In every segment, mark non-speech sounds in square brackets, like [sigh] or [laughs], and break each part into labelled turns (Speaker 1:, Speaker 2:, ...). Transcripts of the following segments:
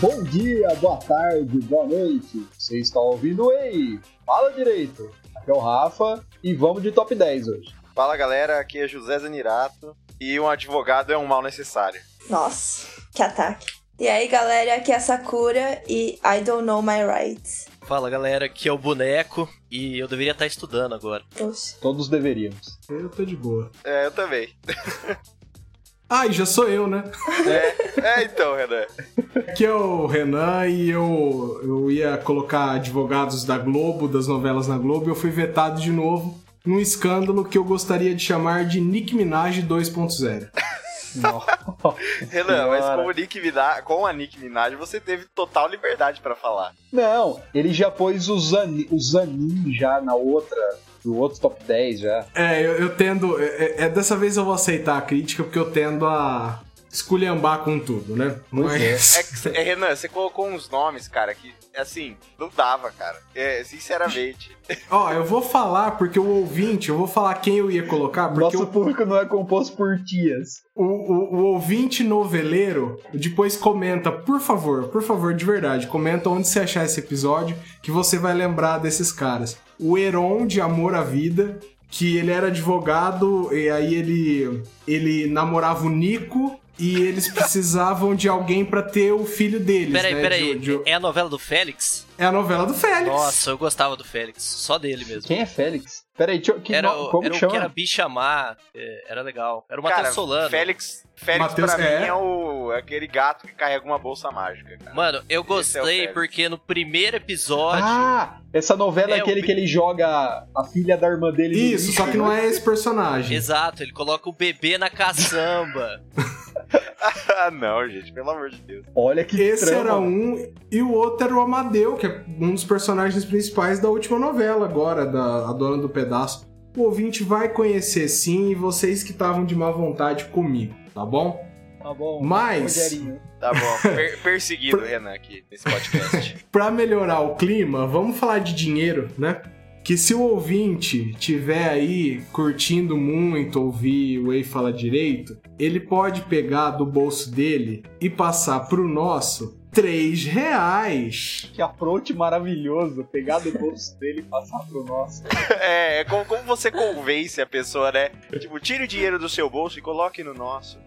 Speaker 1: Bom dia, boa tarde, boa noite. Você está ouvindo Ei, fala direito. Aqui é o Rafa e vamos de top 10 hoje.
Speaker 2: Fala galera, aqui é José Zanirato e um advogado é um mal necessário.
Speaker 3: Nossa, que ataque. E aí, galera, aqui é a Sakura e I don't know my rights.
Speaker 4: Fala galera, aqui é o Boneco e eu deveria estar estudando agora.
Speaker 3: Poxa.
Speaker 1: Todos deveríamos.
Speaker 5: Eu tô de boa.
Speaker 2: É, eu também.
Speaker 5: Ah, e já sou eu, né?
Speaker 2: É, é então, Renan.
Speaker 5: Aqui é o Renan e eu, eu ia colocar advogados da Globo, das novelas na Globo, e eu fui vetado de novo num escândalo que eu gostaria de chamar de Nick Minaj 2.0. [laughs]
Speaker 1: Nossa
Speaker 2: Renan, mas
Speaker 1: senhora.
Speaker 2: com, o Nick Mina- com a Nick Minaj você teve total liberdade pra falar.
Speaker 1: Não, ele já pôs o Zanin, o Zanin já na outra, do outro top 10 já.
Speaker 5: É, eu, eu tendo. É, é- é- dessa vez eu vou aceitar a crítica, porque eu tendo a esculhambar com tudo, né?
Speaker 1: Pois é.
Speaker 2: É, que cê- é, Renan, você colocou uns nomes, cara, que, assim, não dava, cara. É, sinceramente.
Speaker 5: Ó, eu vou falar porque o ouvinte, eu vou falar quem eu ia colocar, porque
Speaker 1: Nosso
Speaker 5: o,
Speaker 1: público não é composto por tias.
Speaker 5: o, o, o ouvinte noveleiro depois comenta, por favor, por favor, de verdade, comenta onde você achar esse episódio, que você vai lembrar desses caras. O Heron de Amor à Vida, que ele era advogado, e aí ele, ele namorava o Nico. E eles precisavam de alguém pra ter o filho deles.
Speaker 4: Peraí,
Speaker 5: né?
Speaker 4: peraí,
Speaker 5: De- de-
Speaker 4: é a novela do Félix?
Speaker 5: É a novela do Félix.
Speaker 4: Nossa, eu gostava do Félix, só dele mesmo.
Speaker 1: Quem é Félix? Peraí, tio, que
Speaker 4: era
Speaker 1: no-
Speaker 4: o-
Speaker 1: como
Speaker 4: era o
Speaker 1: chama?
Speaker 4: que era bicha má, é, era legal. Era o
Speaker 2: cara,
Speaker 4: Matheus Solano.
Speaker 2: Félix, Félix
Speaker 5: Matheus-
Speaker 2: pra
Speaker 5: é.
Speaker 2: mim é, o, é aquele gato que carrega uma bolsa mágica, [laughs] cara.
Speaker 4: Mano, eu
Speaker 2: Esse é o
Speaker 4: gostei
Speaker 2: Félix.
Speaker 4: porque no primeiro episódio.
Speaker 1: Ah, essa novela é
Speaker 4: É,
Speaker 1: aquele
Speaker 4: o-
Speaker 1: que ele joga a filha da irmã dele. no
Speaker 5: Isso,
Speaker 1: lixo,
Speaker 5: só que não é esse personagem.
Speaker 4: Exato, ele coloca o bebê na caçamba.
Speaker 2: ah, não, gente, pelo amor de Deus.
Speaker 1: Olha que
Speaker 5: é- Esse
Speaker 1: trama.
Speaker 5: era um, e o outro era o Amadeu, que é um dos personagens principais da última novela agora, da A Dona do Pedaço. O ouvinte vai conhecer sim, e vocês que estavam de má vontade comigo, tá bom?
Speaker 1: Tá bom.
Speaker 5: Mas-
Speaker 1: Rogerinho.
Speaker 2: Tá bom, per- perseguido o Renan aqui nesse podcast.
Speaker 5: Pra melhorar o clima, vamos falar de dinheiro, né? Que se o ouvinte tiver aí curtindo muito ouvir o Ei Fala Direito, ele pode pegar do bolso dele e passar pro nosso 3 reais.
Speaker 1: Que approach maravilhoso. Pegar do bolso [laughs] dele e passar pro nosso.
Speaker 2: é, é como, como você convence a pessoa, né? Tipo, tire o dinheiro do seu bolso e coloque no nosso.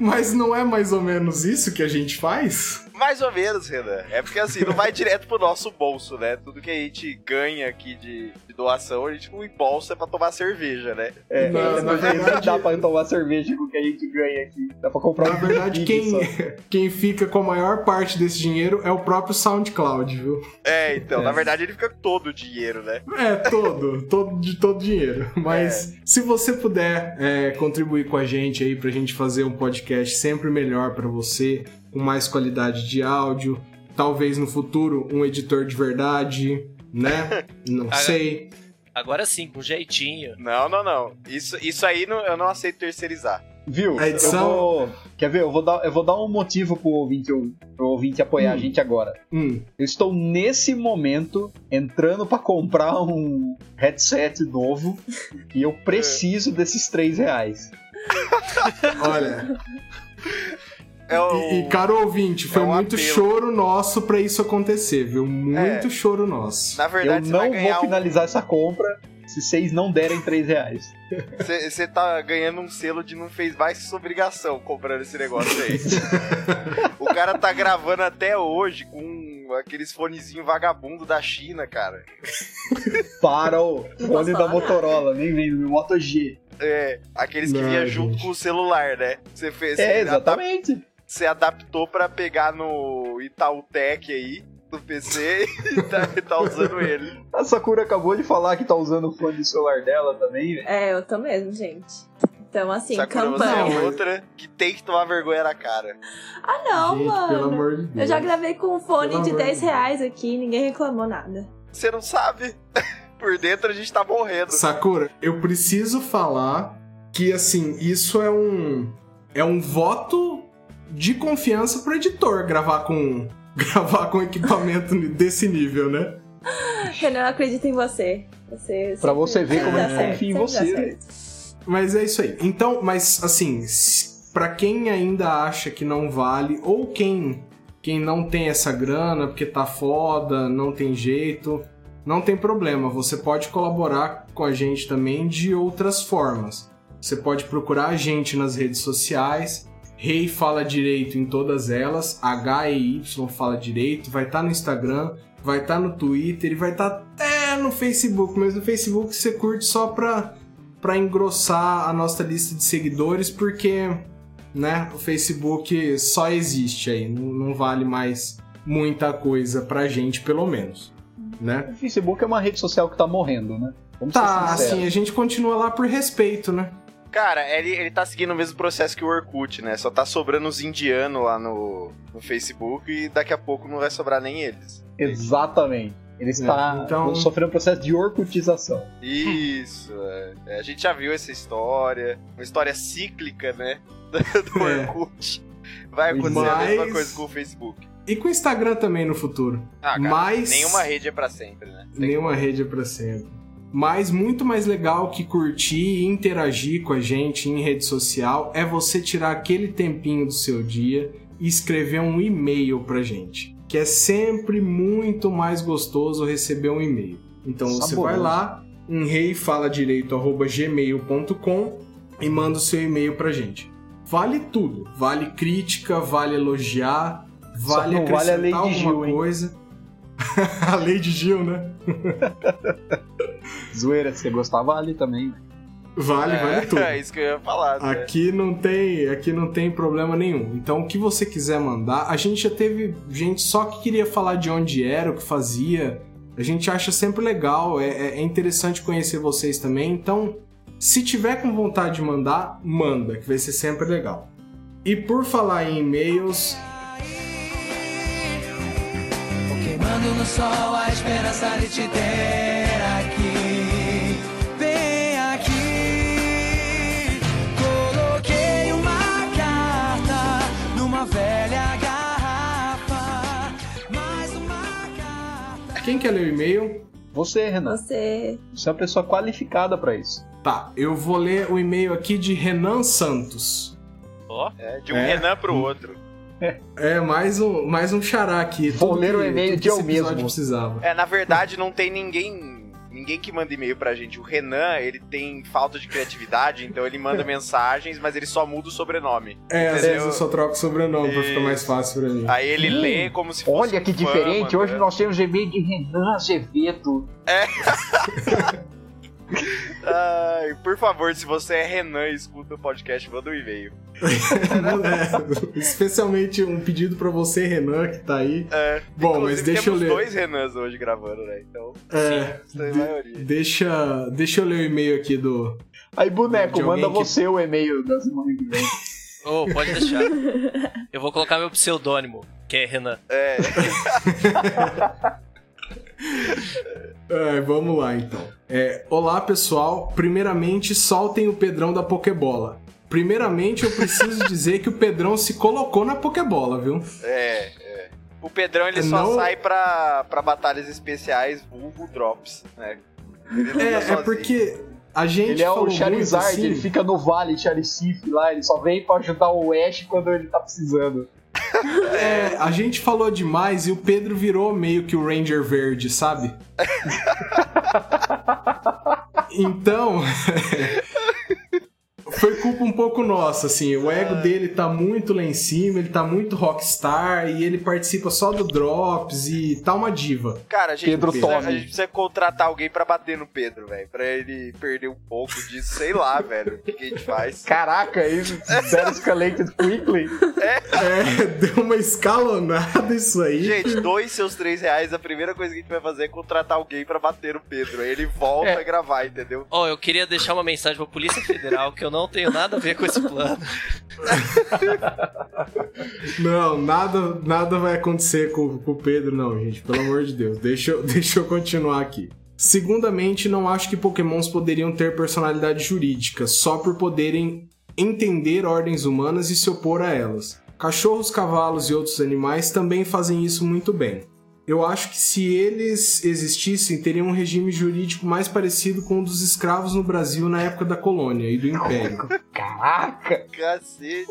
Speaker 5: Mas não é mais ou menos isso que a gente faz?
Speaker 2: Mais ou menos, Renan. É porque assim, não vai [laughs] direto pro nosso bolso, né? Tudo que a gente ganha aqui de, de doação, a gente não embolsa pra tomar cerveja, né?
Speaker 1: É,
Speaker 5: Não,
Speaker 1: na
Speaker 5: na
Speaker 1: verdade, não
Speaker 5: verdade-
Speaker 1: dá pra tomar cerveja com o que a gente ganha aqui. Dá pra comprar
Speaker 5: Na
Speaker 1: um
Speaker 5: verdade, quem,
Speaker 1: só.
Speaker 5: [laughs] quem fica com a maior parte desse dinheiro é o próprio SoundCloud, viu?
Speaker 2: É, então,
Speaker 5: É.
Speaker 2: na verdade ele fica com todo o dinheiro, né?
Speaker 5: É, todo, todo de todo dinheiro. Mas se você puder é, contribuir com a gente aí pra gente fazer um podcast sempre melhor pra você, com mais qualidade de áudio, talvez no futuro um editor de verdade, né? Não
Speaker 4: Ah,
Speaker 5: sei.
Speaker 4: Agora sim, com jeitinho.
Speaker 2: Não, não, não. Isso, isso aí não- eu não aceito terceirizar.
Speaker 1: Viu?
Speaker 5: A edição-
Speaker 1: Eu vou... Quer ver? Eu vou, dar, eu vou dar um motivo pro ouvinte, pro ouvinte apoiar a
Speaker 5: Hum.
Speaker 1: gente agora.
Speaker 5: Hum,
Speaker 1: Eu estou nesse momento entrando pra comprar um headset novo e eu preciso desses três reais.
Speaker 5: olha.
Speaker 2: É o...
Speaker 5: E, e, caro ouvinte, foi
Speaker 2: é um
Speaker 5: muito
Speaker 2: apelo.
Speaker 5: choro nosso pra isso acontecer, viu? Muito
Speaker 2: É.
Speaker 5: choro nosso.
Speaker 2: Na
Speaker 1: eu
Speaker 2: verdade, você vai
Speaker 1: não
Speaker 2: ganhar
Speaker 1: vou
Speaker 2: um.
Speaker 1: finalizar essa compra se vocês não derem três reais.
Speaker 2: Você você tá ganhando um selo de não fez mais sua obrigação comprando esse negócio aí. o cara tá gravando até hoje com aqueles fonezinhos vagabundo da China, cara.
Speaker 1: Para o
Speaker 3: Não posso
Speaker 1: fone da
Speaker 3: falar
Speaker 1: Motorola, nem vem do Moto G.
Speaker 2: É, aqueles que
Speaker 5: Não,
Speaker 2: vinha
Speaker 5: gente.
Speaker 2: junto com o celular, né? Você fez.
Speaker 1: É,
Speaker 2: você adap-
Speaker 1: exatamente.
Speaker 2: Você adaptou pra pegar no Itautec aí, no PC, [laughs] e tá, e tá usando ele.
Speaker 1: A Sakura acabou de falar que tá usando o fone do celular dela também, né? velho.
Speaker 3: É, eu tô mesmo, gente. Então, assim,
Speaker 2: Sakura, você é
Speaker 3: campanha.
Speaker 5: Não.
Speaker 2: outra que tem que tomar vergonha na cara.
Speaker 3: Ah, não,
Speaker 5: Gente,
Speaker 3: mano.
Speaker 5: pelo amor de Deus.
Speaker 3: Eu já gravei com um fone
Speaker 5: Pelo
Speaker 3: de
Speaker 5: amor de
Speaker 3: 10
Speaker 5: Deus.
Speaker 3: reais aqui, ninguém reclamou nada.
Speaker 2: Você não sabe. [laughs] Por dentro a gente tá morrendo.
Speaker 5: Sakura, eu preciso falar que, assim, isso é um. É um voto de confiança pro editor gravar com. [laughs] Gravar com equipamento desse nível, né?
Speaker 3: Renan, eu acredito em você. você
Speaker 1: Pra você ver
Speaker 3: sempre
Speaker 1: como
Speaker 3: dá
Speaker 1: eu
Speaker 3: certo,
Speaker 1: confio em
Speaker 3: sempre
Speaker 1: você,
Speaker 3: dá certo.
Speaker 1: velho.
Speaker 5: Mas é isso aí. Então, mas assim, s- Pra quem ainda acha que não vale ou quem quem não tem essa grana porque tá foda, não tem jeito, não tem problema, você pode colaborar com a gente também de outras formas. Você pode procurar a gente nas redes sociais. Rei fala direito em todas elas, H e Y fala direito, vai estar no Instagram, vai estar no Twitter e vai estar até no Facebook, mas no Facebook você curte só pra, pra engrossar a nossa lista de seguidores, porque né, o Facebook só existe aí, não, não vale mais muita coisa pra gente, pelo menos, né?
Speaker 1: O Facebook é uma rede social que tá morrendo, né? Vamos
Speaker 5: Tá,
Speaker 1: ser
Speaker 5: assim,
Speaker 1: sinceros.
Speaker 5: a gente continua lá por respeito, né?
Speaker 2: Cara, ele, ele tá seguindo o mesmo processo que o Orkut, né? Só tá sobrando os indianos lá no, no Facebook e daqui a pouco não vai sobrar nem eles.
Speaker 1: Exatamente. Ele está
Speaker 5: então-
Speaker 1: sofrendo um processo de orcutização.
Speaker 5: [laughs]
Speaker 2: Isso, é. É, A gente já viu essa história. Uma história cíclica, né? [laughs] Do- Do
Speaker 5: É.
Speaker 2: Orkut. Vai acontecer a
Speaker 5: Mas-
Speaker 2: mesma coisa com o Facebook.
Speaker 5: E com o Instagram também no futuro.
Speaker 2: Ah, cara,
Speaker 5: Mas-
Speaker 2: nenhuma rede é pra sempre, né? Tem-
Speaker 5: Nenhuma rede é pra sempre. Mas muito mais legal que curtir e interagir com a gente em rede social é você tirar aquele tempinho do seu dia e escrever um e-mail pra gente. Que é sempre muito mais gostoso receber um e-mail. Então você
Speaker 1: Saboroso.
Speaker 5: vai lá em reifaladireito.gmail.com e manda o seu e-mail pra gente. Vale tudo. Vale crítica, vale elogiar,
Speaker 1: Só
Speaker 5: vale
Speaker 1: não vale a
Speaker 5: acrescentar
Speaker 1: Lady
Speaker 5: alguma
Speaker 1: Gil, hein?
Speaker 5: coisa. [laughs] a Lady Gil, né?
Speaker 1: Zoeira, se você gostar, vale também.
Speaker 5: Vale,
Speaker 2: é,
Speaker 5: vale tudo.
Speaker 2: [laughs] É isso que eu ia falar. né?
Speaker 5: Aqui não tem, aqui não tem problema nenhum. Então, o que você quiser mandar, a gente já teve gente só que queria falar de onde era, o que fazia. A gente acha sempre legal, é, é- é interessante conhecer vocês também. Então, se tiver com vontade de mandar, manda, que vai ser sempre legal. E por falar em e-mails,
Speaker 6: Vou Queimando no sol a esperança de te ter aqui. Vem aqui. Coloquei uma carta numa velha garrafa. Mais uma carta.
Speaker 5: quem quer ler o e-mail?
Speaker 1: Você, Renan,
Speaker 3: Você.
Speaker 1: você é uma pessoa qualificada pra isso.
Speaker 5: Tá, eu vou ler o e-mail aqui de Renan Santos.
Speaker 4: Ó,
Speaker 2: É, de um
Speaker 5: É.
Speaker 2: Renan pro outro.
Speaker 5: É, mais um, mais de um xará aqui.
Speaker 1: Vou
Speaker 5: Tudo
Speaker 1: ler o
Speaker 5: que-
Speaker 1: e-mail
Speaker 5: tudo
Speaker 1: de
Speaker 5: que esse
Speaker 1: eu mesmo.
Speaker 5: episódio precisava.
Speaker 2: É, na verdade, não tem ninguém. Ninguém que manda e-mail pra gente. O Renan, ele tem falta de criatividade, então ele
Speaker 5: [laughs]
Speaker 2: manda mensagens, mas ele só muda o sobrenome.
Speaker 5: É, às
Speaker 2: Entendeu?
Speaker 5: vezes eu só troco o sobrenome pra ficar mais fácil pra mim.
Speaker 2: Aí ele
Speaker 1: Hum,
Speaker 2: lê como se fosse.
Speaker 1: Olha que
Speaker 2: um fã,
Speaker 1: diferente,
Speaker 2: mano.
Speaker 1: hoje nós temos e-mail de Renan Azevedo.
Speaker 2: Ai, por favor, se você é Renan e escuta o podcast, manda um e-mail.
Speaker 5: É, [laughs] especialmente um pedido pra você, Renan, que tá aí.
Speaker 2: É,
Speaker 5: Bom,
Speaker 2: inclusive,
Speaker 5: mas deixa eu
Speaker 2: temos
Speaker 5: ler.
Speaker 2: dois Renans hoje gravando, né? Então,
Speaker 5: É,
Speaker 2: isso é a
Speaker 5: de-
Speaker 2: maioria.
Speaker 5: deixa, deixa eu ler o e-mail aqui do.
Speaker 1: Aí, boneco,
Speaker 5: De alguém
Speaker 1: manda
Speaker 5: que-
Speaker 1: você o e-mail da semana que vem.
Speaker 4: ô, pode deixar. Eu vou colocar meu pseudônimo, que é Renan.
Speaker 2: É,
Speaker 5: É, vamos lá então. É, olá pessoal, primeiramente soltem o Pedrão da Pokébola. Primeiramente eu preciso dizer que o Pedrão se colocou na Pokébola, viu?
Speaker 2: é, é. O Pedrão, ele só
Speaker 5: Não-
Speaker 2: sai pra, pra batalhas especiais, vulgo drops, né? Ele não anda
Speaker 5: É, é
Speaker 2: sozinho.
Speaker 5: porque a gente
Speaker 1: assim. Ele é
Speaker 5: falou
Speaker 1: o
Speaker 5: muito,
Speaker 1: Charizard,
Speaker 5: assim-
Speaker 1: ele fica no vale Charisif lá, ele só vem pra ajudar o Ash quando ele tá precisando.
Speaker 5: É, a gente falou demais e o Pedro virou meio que o Ranger Verde, sabe? então. [laughs] Foi culpa um pouco nossa, assim. O ego dele tá muito lá em cima, ele tá muito rockstar e ele participa só do Drops e tá uma diva.
Speaker 2: Cara, a gente,
Speaker 1: Pedro
Speaker 2: precisa,
Speaker 1: Tome.
Speaker 2: a gente precisa contratar alguém pra bater no Pedro, velho. Pra ele perder um pouco disso, sei lá, [laughs] velho. O que que a gente faz?
Speaker 1: Caraca, isso, Zero Escalated Quickly.
Speaker 5: É, [laughs] deu uma escalonada isso aí.
Speaker 2: Gente, dois seus três reais, a primeira coisa que a gente vai fazer é contratar alguém pra bater no Pedro. Aí ele volta
Speaker 1: É.
Speaker 2: a gravar, entendeu?
Speaker 4: Ó, eu queria deixar uma mensagem pra Polícia Federal que eu não tenho nada a ver com esse plano.
Speaker 5: Não, nada, nada vai acontecer com, com o Pedro, não, gente. Pelo amor de Deus. Deixa, eu- [laughs] deixa eu continuar aqui. Segundamente, não acho que pokémons poderiam ter personalidade jurídica, só por poderem entender ordens humanas e se opor a elas. Cachorros, cavalos e outros animais também fazem isso muito bem. Eu acho que se eles existissem, teriam um regime jurídico mais parecido com o dos escravos no Brasil na época da colônia e do Império.
Speaker 1: Caraca!
Speaker 2: Cacete.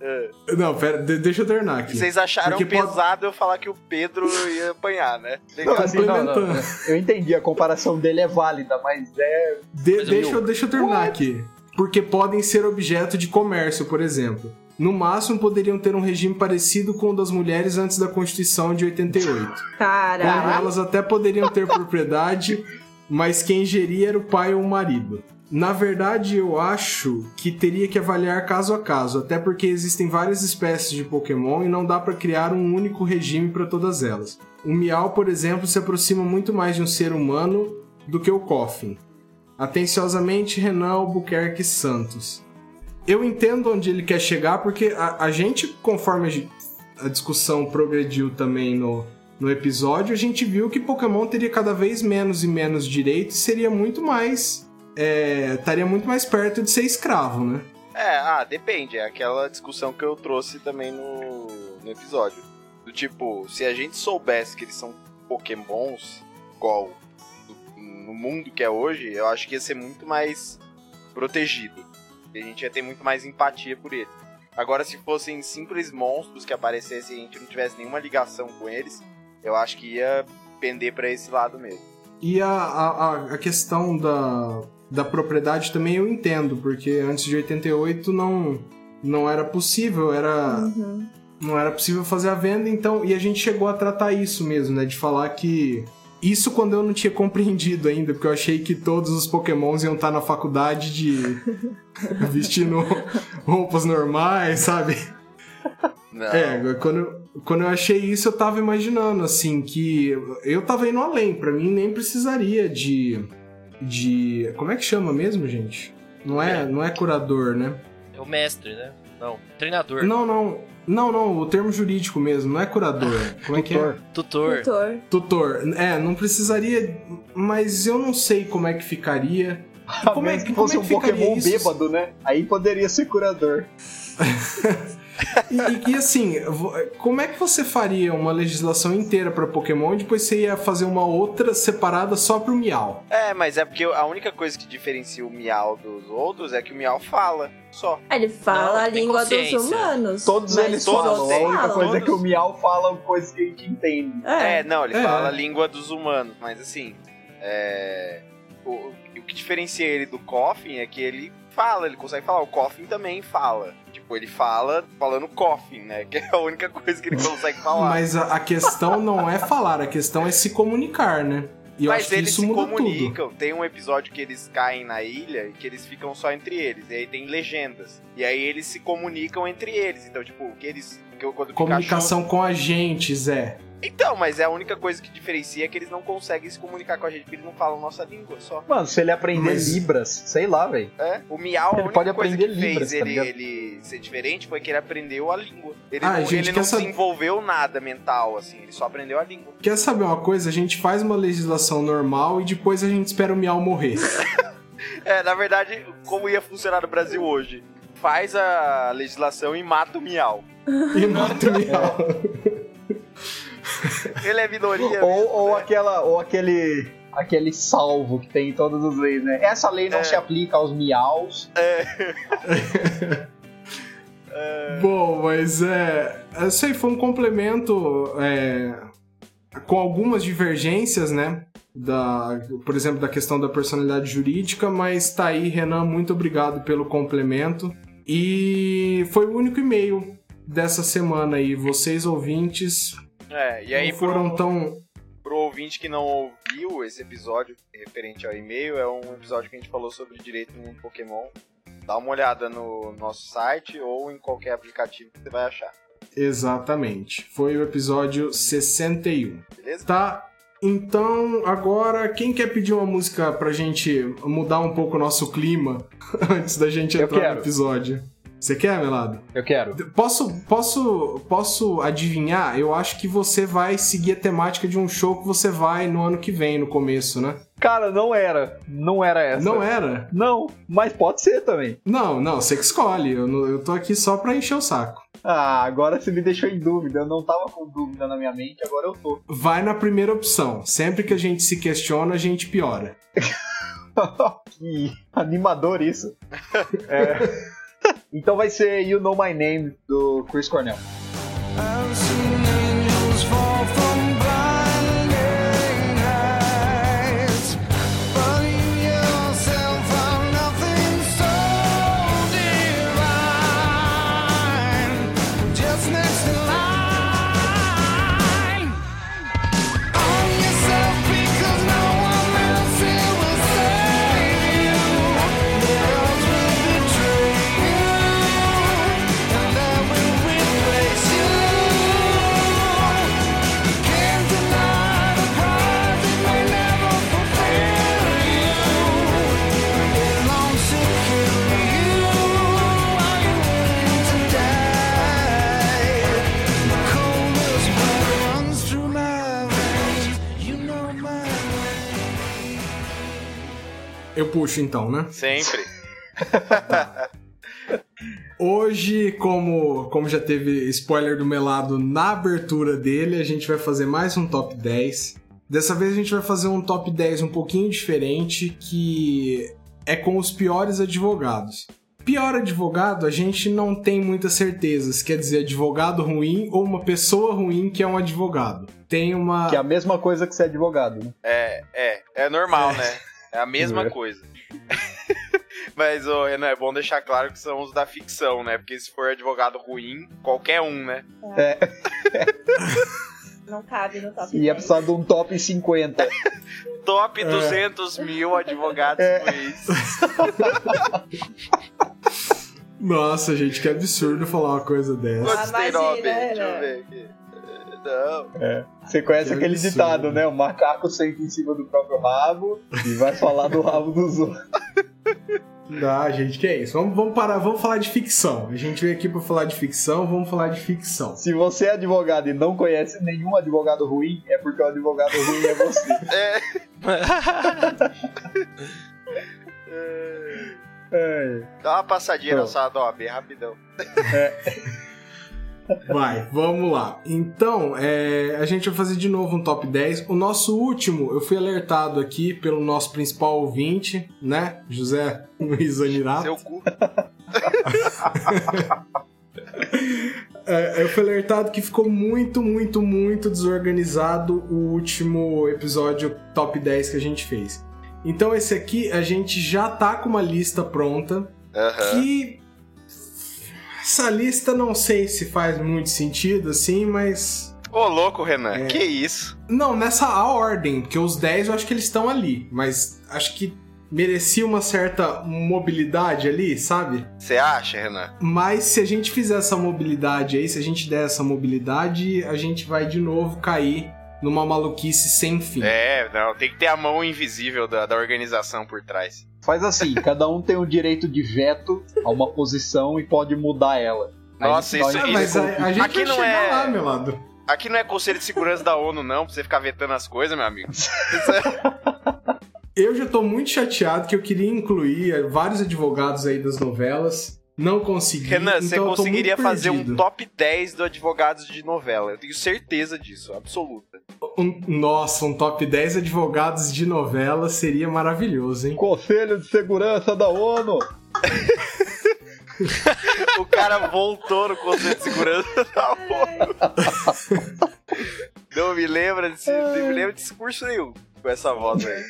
Speaker 2: Ah.
Speaker 5: Não, pera, de- deixa eu terminar aqui.
Speaker 2: Vocês acharam
Speaker 5: Porque pode-
Speaker 2: pesado eu falar que o Pedro ia apanhar, né?
Speaker 1: Não,
Speaker 2: Legal.
Speaker 1: assim, não, não,
Speaker 5: Complementando.
Speaker 1: Eu entendi, a comparação dele é válida, mas é.
Speaker 5: De-
Speaker 4: Mas eu
Speaker 5: deixa,
Speaker 4: vi
Speaker 5: eu, deixa eu terminar aqui. Porque podem ser objeto de comércio, por exemplo. No máximo, poderiam ter um regime parecido com o das mulheres antes da Constituição de 88. Quando
Speaker 7: Cara,
Speaker 5: elas até poderiam ter propriedade, mas quem geria era o pai ou o marido. Na verdade, eu acho que teria que avaliar caso a caso, até porque existem várias espécies de Pokémon e não dá pra criar um único regime pra todas elas. O Miau, por exemplo, se aproxima muito mais de um ser humano do que o Coffin. Atenciosamente, Renan Albuquerque Santos. Eu entendo onde ele quer chegar, porque a, a gente, conforme a, gi- a discussão progrediu também no, no episódio, a gente viu que Pokémon teria cada vez menos e menos direito e seria muito mais. é, estaria muito mais perto de ser escravo, né?
Speaker 2: É, ah, depende. É aquela discussão que eu trouxe também no, no episódio. Do tipo, se a gente soubesse que eles são pokémons, igual do- no mundo que é hoje, eu acho que ia ser muito mais protegido. E a gente ia ter muito mais empatia por eles. Agora, se fossem simples monstros que aparecessem e a gente não tivesse nenhuma ligação com eles, eu acho que ia pender pra esse lado mesmo.
Speaker 5: E a, a, a- a questão da, da propriedade também eu entendo, porque antes de 88 não, não era possível, era.
Speaker 3: Uhum.
Speaker 5: não era possível fazer a venda, então. E a gente chegou a tratar isso mesmo, né? De falar que. Isso quando eu não tinha [laughs] compreendido ainda, porque eu achei que todos os pokémons iam estar na faculdade de. vestindo roupas normais, sabe?
Speaker 2: Não.
Speaker 5: É, quando eu, quando eu achei isso, eu tava imaginando, assim, que eu tava indo além. Pra mim, nem precisaria de. de. Como é que chama mesmo, gente? Não é, não é curador, né?
Speaker 4: É o mestre, né? Não, treinador,
Speaker 5: Não, não. Não, não, o termo jurídico mesmo, não é curador. Como é que é?
Speaker 4: tutor.
Speaker 3: Doutor.
Speaker 5: Tutor. É, não precisaria, mas eu não sei como é que ficaria.
Speaker 1: A
Speaker 5: [laughs] Como é-
Speaker 1: menos que
Speaker 5: como
Speaker 1: fosse
Speaker 5: é que
Speaker 1: um
Speaker 5: ficaria
Speaker 1: Pokémon
Speaker 5: isso?
Speaker 1: bêbado, né? Aí poderia ser curador.
Speaker 5: E, e assim, vo- como é que você faria uma legislação inteira pra Pokémon e depois você ia fazer uma outra separada só pro Miau?
Speaker 2: É, mas é porque a única coisa que diferencia o Miau dos outros é que o Miau fala só.
Speaker 3: Ah, Ele fala
Speaker 4: Não,
Speaker 3: a
Speaker 4: tem
Speaker 3: língua dos
Speaker 4: consciência.
Speaker 3: humanos.
Speaker 1: Todos
Speaker 3: mas
Speaker 1: eles
Speaker 3: os
Speaker 2: todos
Speaker 1: falam.
Speaker 3: outros
Speaker 1: A
Speaker 2: têm,
Speaker 1: única
Speaker 3: falam.
Speaker 1: coisa é que o
Speaker 2: Todos.
Speaker 1: Miau fala coisa que a gente entende.
Speaker 3: É.
Speaker 2: É, não, ele
Speaker 5: É.
Speaker 2: fala a língua dos humanos, mas assim, é, o, o que diferencia ele do Coffin é que ele fala, ele consegue falar. O Coffin também fala. Tipo, ele fala falando Coffin, né? Que é a única coisa que ele
Speaker 5: [laughs]
Speaker 2: consegue falar.
Speaker 5: Mas a, a questão não é falar, a questão é se comunicar, né? E eu
Speaker 2: Mas
Speaker 5: acho que
Speaker 2: eles
Speaker 5: isso
Speaker 2: se
Speaker 5: muda tudo.
Speaker 2: comunicam. Tem um episódio que eles caem na ilha e que eles ficam só entre eles. E aí tem legendas. E aí eles se comunicam entre eles. Então, tipo, o que eles. Que eu, quando o Pikachu-
Speaker 5: Comunicação com a gente, Zé.
Speaker 2: Então, mas é a única coisa que diferencia é que eles não conseguem se comunicar com a gente, porque eles não falam nossa língua só.
Speaker 1: Mano, se ele aprender
Speaker 5: Mas-
Speaker 1: Libras, sei lá, velho.
Speaker 2: É? O Miau, a
Speaker 1: Ele
Speaker 2: única
Speaker 1: pode
Speaker 2: coisa
Speaker 1: aprender
Speaker 2: que
Speaker 1: Libras,
Speaker 2: fez
Speaker 1: tá
Speaker 2: ele,
Speaker 1: ligado?
Speaker 2: ele ser diferente foi que ele aprendeu a língua. Ele
Speaker 5: Ah,
Speaker 2: não,
Speaker 5: gente,
Speaker 2: ele
Speaker 5: quer
Speaker 2: não
Speaker 5: saber-
Speaker 2: desenvolveu nada mental, assim, ele só aprendeu a língua.
Speaker 5: Quer saber uma coisa? A gente faz uma legislação normal e depois a gente espera o Miau morrer.
Speaker 2: É, na verdade, como ia funcionar no Brasil hoje? Faz a legislação e mata o Miau.
Speaker 5: e mata o Miau.
Speaker 2: Ele é minoria. né?
Speaker 1: Ou, ou, aquela, ou aquele, aquele salvo que tem em todas as leis, né? Essa lei não
Speaker 2: É.
Speaker 1: se aplica aos miaus.
Speaker 5: Bom, mas é. Eu sei, foi um complemento é, com algumas divergências, né? Da, por exemplo, da questão da personalidade jurídica, mas tá aí, Renan, muito obrigado pelo complemento. E foi o único e-mail dessa semana aí. Vocês ouvintes
Speaker 2: É, e aí
Speaker 5: não foram
Speaker 2: pro,
Speaker 5: tão.
Speaker 2: pro ouvinte que não ouviu esse episódio referente ao e-mail, é um episódio que a gente falou sobre direito no mundo Pokémon. Dá uma olhada no nosso site ou em qualquer aplicativo que você vai achar,
Speaker 5: Exatamente. Foi o episódio 61.
Speaker 2: beleza?
Speaker 5: Tá? Então, agora, quem quer pedir uma música pra gente mudar um pouco o nosso clima [laughs] antes da gente
Speaker 1: Eu
Speaker 5: entrar
Speaker 1: quero.
Speaker 5: no episódio? Você quer, Melado?
Speaker 1: Eu quero.
Speaker 5: Posso, posso, posso adivinhar? Eu acho que você vai seguir a temática de um show que você vai no ano que vem, no começo, né?
Speaker 1: Cara, não era. Não é. era essa.
Speaker 5: Não era?
Speaker 1: Não, mas pode ser também.
Speaker 5: Não, não, você que escolhe. Eu, não- eu tô aqui só pra encher o saco.
Speaker 1: Ah, agora você me deixou em dúvida. Eu não tava com dúvida na minha mente, agora eu tô. [laughs]
Speaker 5: Vai na primeira opção. Sempre que a gente se questiona, a gente piora.
Speaker 1: que animador [laughs] isso. É. Então vai ser You Know My Name do Chris Cornell.
Speaker 6: I've seen angels fall from blinding heights, but you yourself are nothing so divine. Just next in line, own yourself because no one else here will save you. The odds will betray you. And I will replace you. You can't deny the prize it may never fulfill you. It longs to kill you. Are you willing to die? The cold is what runs through my veins. You know my name.
Speaker 5: Eu puxo então, né?
Speaker 2: Sempre.
Speaker 5: Hoje, como, como já teve spoiler do Melado na abertura dele, a gente vai fazer mais um top 10. Dessa vez a gente vai fazer um top 10 um pouquinho diferente, que é com os piores advogados. Pior advogado, a gente não tem muitas certezas, quer dizer, advogado ruim ou uma pessoa ruim que é um advogado. Tem uma.
Speaker 1: Que é a mesma coisa que ser advogado, né?
Speaker 2: É, é, é normal, né? É a mesma
Speaker 5: [laughs] É.
Speaker 2: coisa. [laughs] Mas, ô, Renan, é bom deixar claro que são os da ficção, né? Porque se for advogado ruim, qualquer um, né?
Speaker 3: Não cabe no top
Speaker 1: Ia
Speaker 3: 10.
Speaker 1: precisar de um top 50.
Speaker 5: É.
Speaker 2: Top 200 mil advogados ruins.
Speaker 5: [laughs] Nossa, gente, que absurdo falar uma coisa dessa.
Speaker 2: Quantos tem
Speaker 3: imagina,
Speaker 2: nome?
Speaker 3: né,
Speaker 2: Deixa eu
Speaker 3: Renan?
Speaker 2: ver aqui. Eh, Não.
Speaker 1: Você conhece
Speaker 5: Que
Speaker 1: aquele
Speaker 5: absurdo.
Speaker 1: ditado, né? O macaco senta em cima do próprio rabo e vai falar do rabo dos outros.
Speaker 5: Ah, gente, que é isso. Vamos, vamos parar, vamos falar de ficção. A gente veio aqui pra falar de ficção, vamos falar de ficção.
Speaker 1: Se você é advogado e não conhece nenhum advogado ruim, é porque o advogado ruim é
Speaker 5: [laughs]
Speaker 1: você. É.
Speaker 2: Dá uma passadinha na
Speaker 1: Pô.
Speaker 2: sua Adobe, rapidão.
Speaker 5: Vai, vamos lá. Então, é, a gente vai fazer de novo um top 10. O nosso último, eu fui alertado aqui pelo nosso principal ouvinte, né? José [laughs] Luiz Anirato.
Speaker 2: Seu cu.
Speaker 5: É, eu fui alertado que ficou muito, muito, muito desorganizado o último episódio top 10 que a gente fez. Então esse aqui a gente já tá com uma lista pronta
Speaker 2: Aham.
Speaker 5: que essa lista não sei se faz muito sentido assim, mas
Speaker 2: Ô, louco, Renan.
Speaker 5: É.
Speaker 2: Que isso?
Speaker 5: não, nessa a ordem, porque os 10 eu acho que eles estão ali, mas acho que merecia uma certa mobilidade ali, sabe?
Speaker 2: Você acha, Renan?
Speaker 5: Mas se a gente fizer essa mobilidade aí, se a gente der essa mobilidade, a gente vai de novo cair numa maluquice sem fim.
Speaker 2: É, não. Tem que ter a mão invisível da, da organização por trás.
Speaker 1: Faz assim, cada um tem o direito de veto a uma posição e pode mudar ela. Aí no
Speaker 2: Nossa,
Speaker 1: final
Speaker 2: isso-
Speaker 1: a gente conclui.
Speaker 2: é
Speaker 5: Ah, mas a, a gente
Speaker 2: Aqui
Speaker 5: vai
Speaker 2: não
Speaker 5: chegar
Speaker 2: é-
Speaker 5: lá, meu lado.
Speaker 2: Aqui não é Conselho de Segurança da ONU, não, pra você ficar vetando as coisas, meu
Speaker 5: [laughs]
Speaker 2: amigo.
Speaker 5: Eu já tô muito chateado que eu queria incluir eh, vários advogados aí das novelas. Não consegui.
Speaker 2: Renan,
Speaker 5: então
Speaker 2: você
Speaker 5: eu tô muito
Speaker 2: conseguiria fazer um
Speaker 5: perdido.
Speaker 2: top 10 do advogados de novela. Eu tenho certeza disso, absoluta.
Speaker 5: Um- nossa, um top 10 advogados de novela seria maravilhoso, hein?
Speaker 1: Conselho de Segurança da ONU.
Speaker 2: O cara voltou no Conselho de Segurança [laughs] da ONU. Não me lembra desse, não me lembra de discurso nenhum com essa voz aí.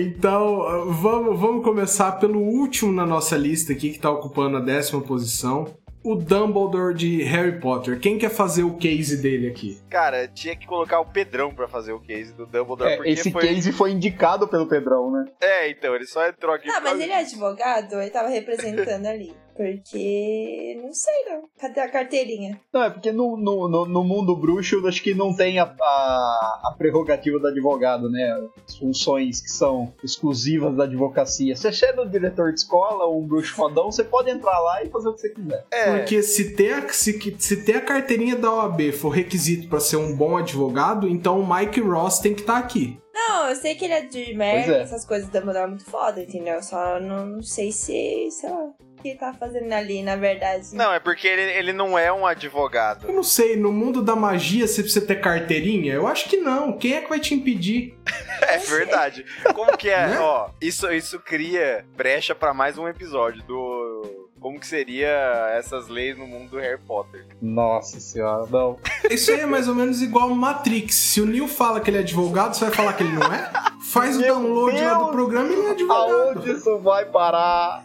Speaker 5: Então, ah, vamos, vamos começar pelo último na nossa lista aqui, que tá ocupando a décima posição. O Dumbledore de Harry Potter. Quem quer fazer o case dele aqui?
Speaker 2: Cara, tinha que colocar o Pedrão pra fazer o case do Dumbledore,
Speaker 1: É,
Speaker 2: porque
Speaker 1: esse
Speaker 2: foi...
Speaker 1: case foi indicado pelo Pedrão, né?
Speaker 2: É, então, ele só entrou aqui
Speaker 3: Não,
Speaker 2: por
Speaker 3: mas
Speaker 2: causa-
Speaker 3: ele é advogado, ele tava representando ali. Porque. Não sei não. Cadê a carteirinha?
Speaker 1: Não, é porque no, no, no, no mundo bruxo eu acho que não tem a, a, a prerrogativa do advogado, né? As funções que são exclusivas da advocacia. Se você é do diretor de escola ou um bruxo fodão, você pode entrar lá e fazer o que você quiser.
Speaker 2: É,
Speaker 5: Porque se ter, a, se, que- se ter a carteirinha da OAB for requisito pra ser um bom advogado, então o Mike Ross tem que estar aqui.
Speaker 3: Não, eu sei que ele é de merda,
Speaker 1: Pois é.
Speaker 3: essas coisas da mulher muito foda, entendeu? Só não, não sei se. sei lá. que tá fazendo ali, na verdade.
Speaker 2: Não, é porque ele, ele não é um advogado.
Speaker 5: Eu não sei, no mundo da magia você precisa ter carteirinha? Eu acho que não. Quem é que vai te impedir?
Speaker 2: É verdade. Como que é?
Speaker 5: [laughs] Né?
Speaker 2: Ó, isso, isso cria brecha pra mais um episódio do. Como que seria essas leis no mundo do Harry Potter?
Speaker 1: Nossa senhora, não.
Speaker 5: Isso aí é mais ou menos igual Matrix. Se o Neil fala que ele é advogado, você vai falar que ele não é? Faz o
Speaker 1: Meu
Speaker 5: download lá do
Speaker 1: Deus!
Speaker 5: programa e ele é advogado.
Speaker 1: Aonde isso vai parar?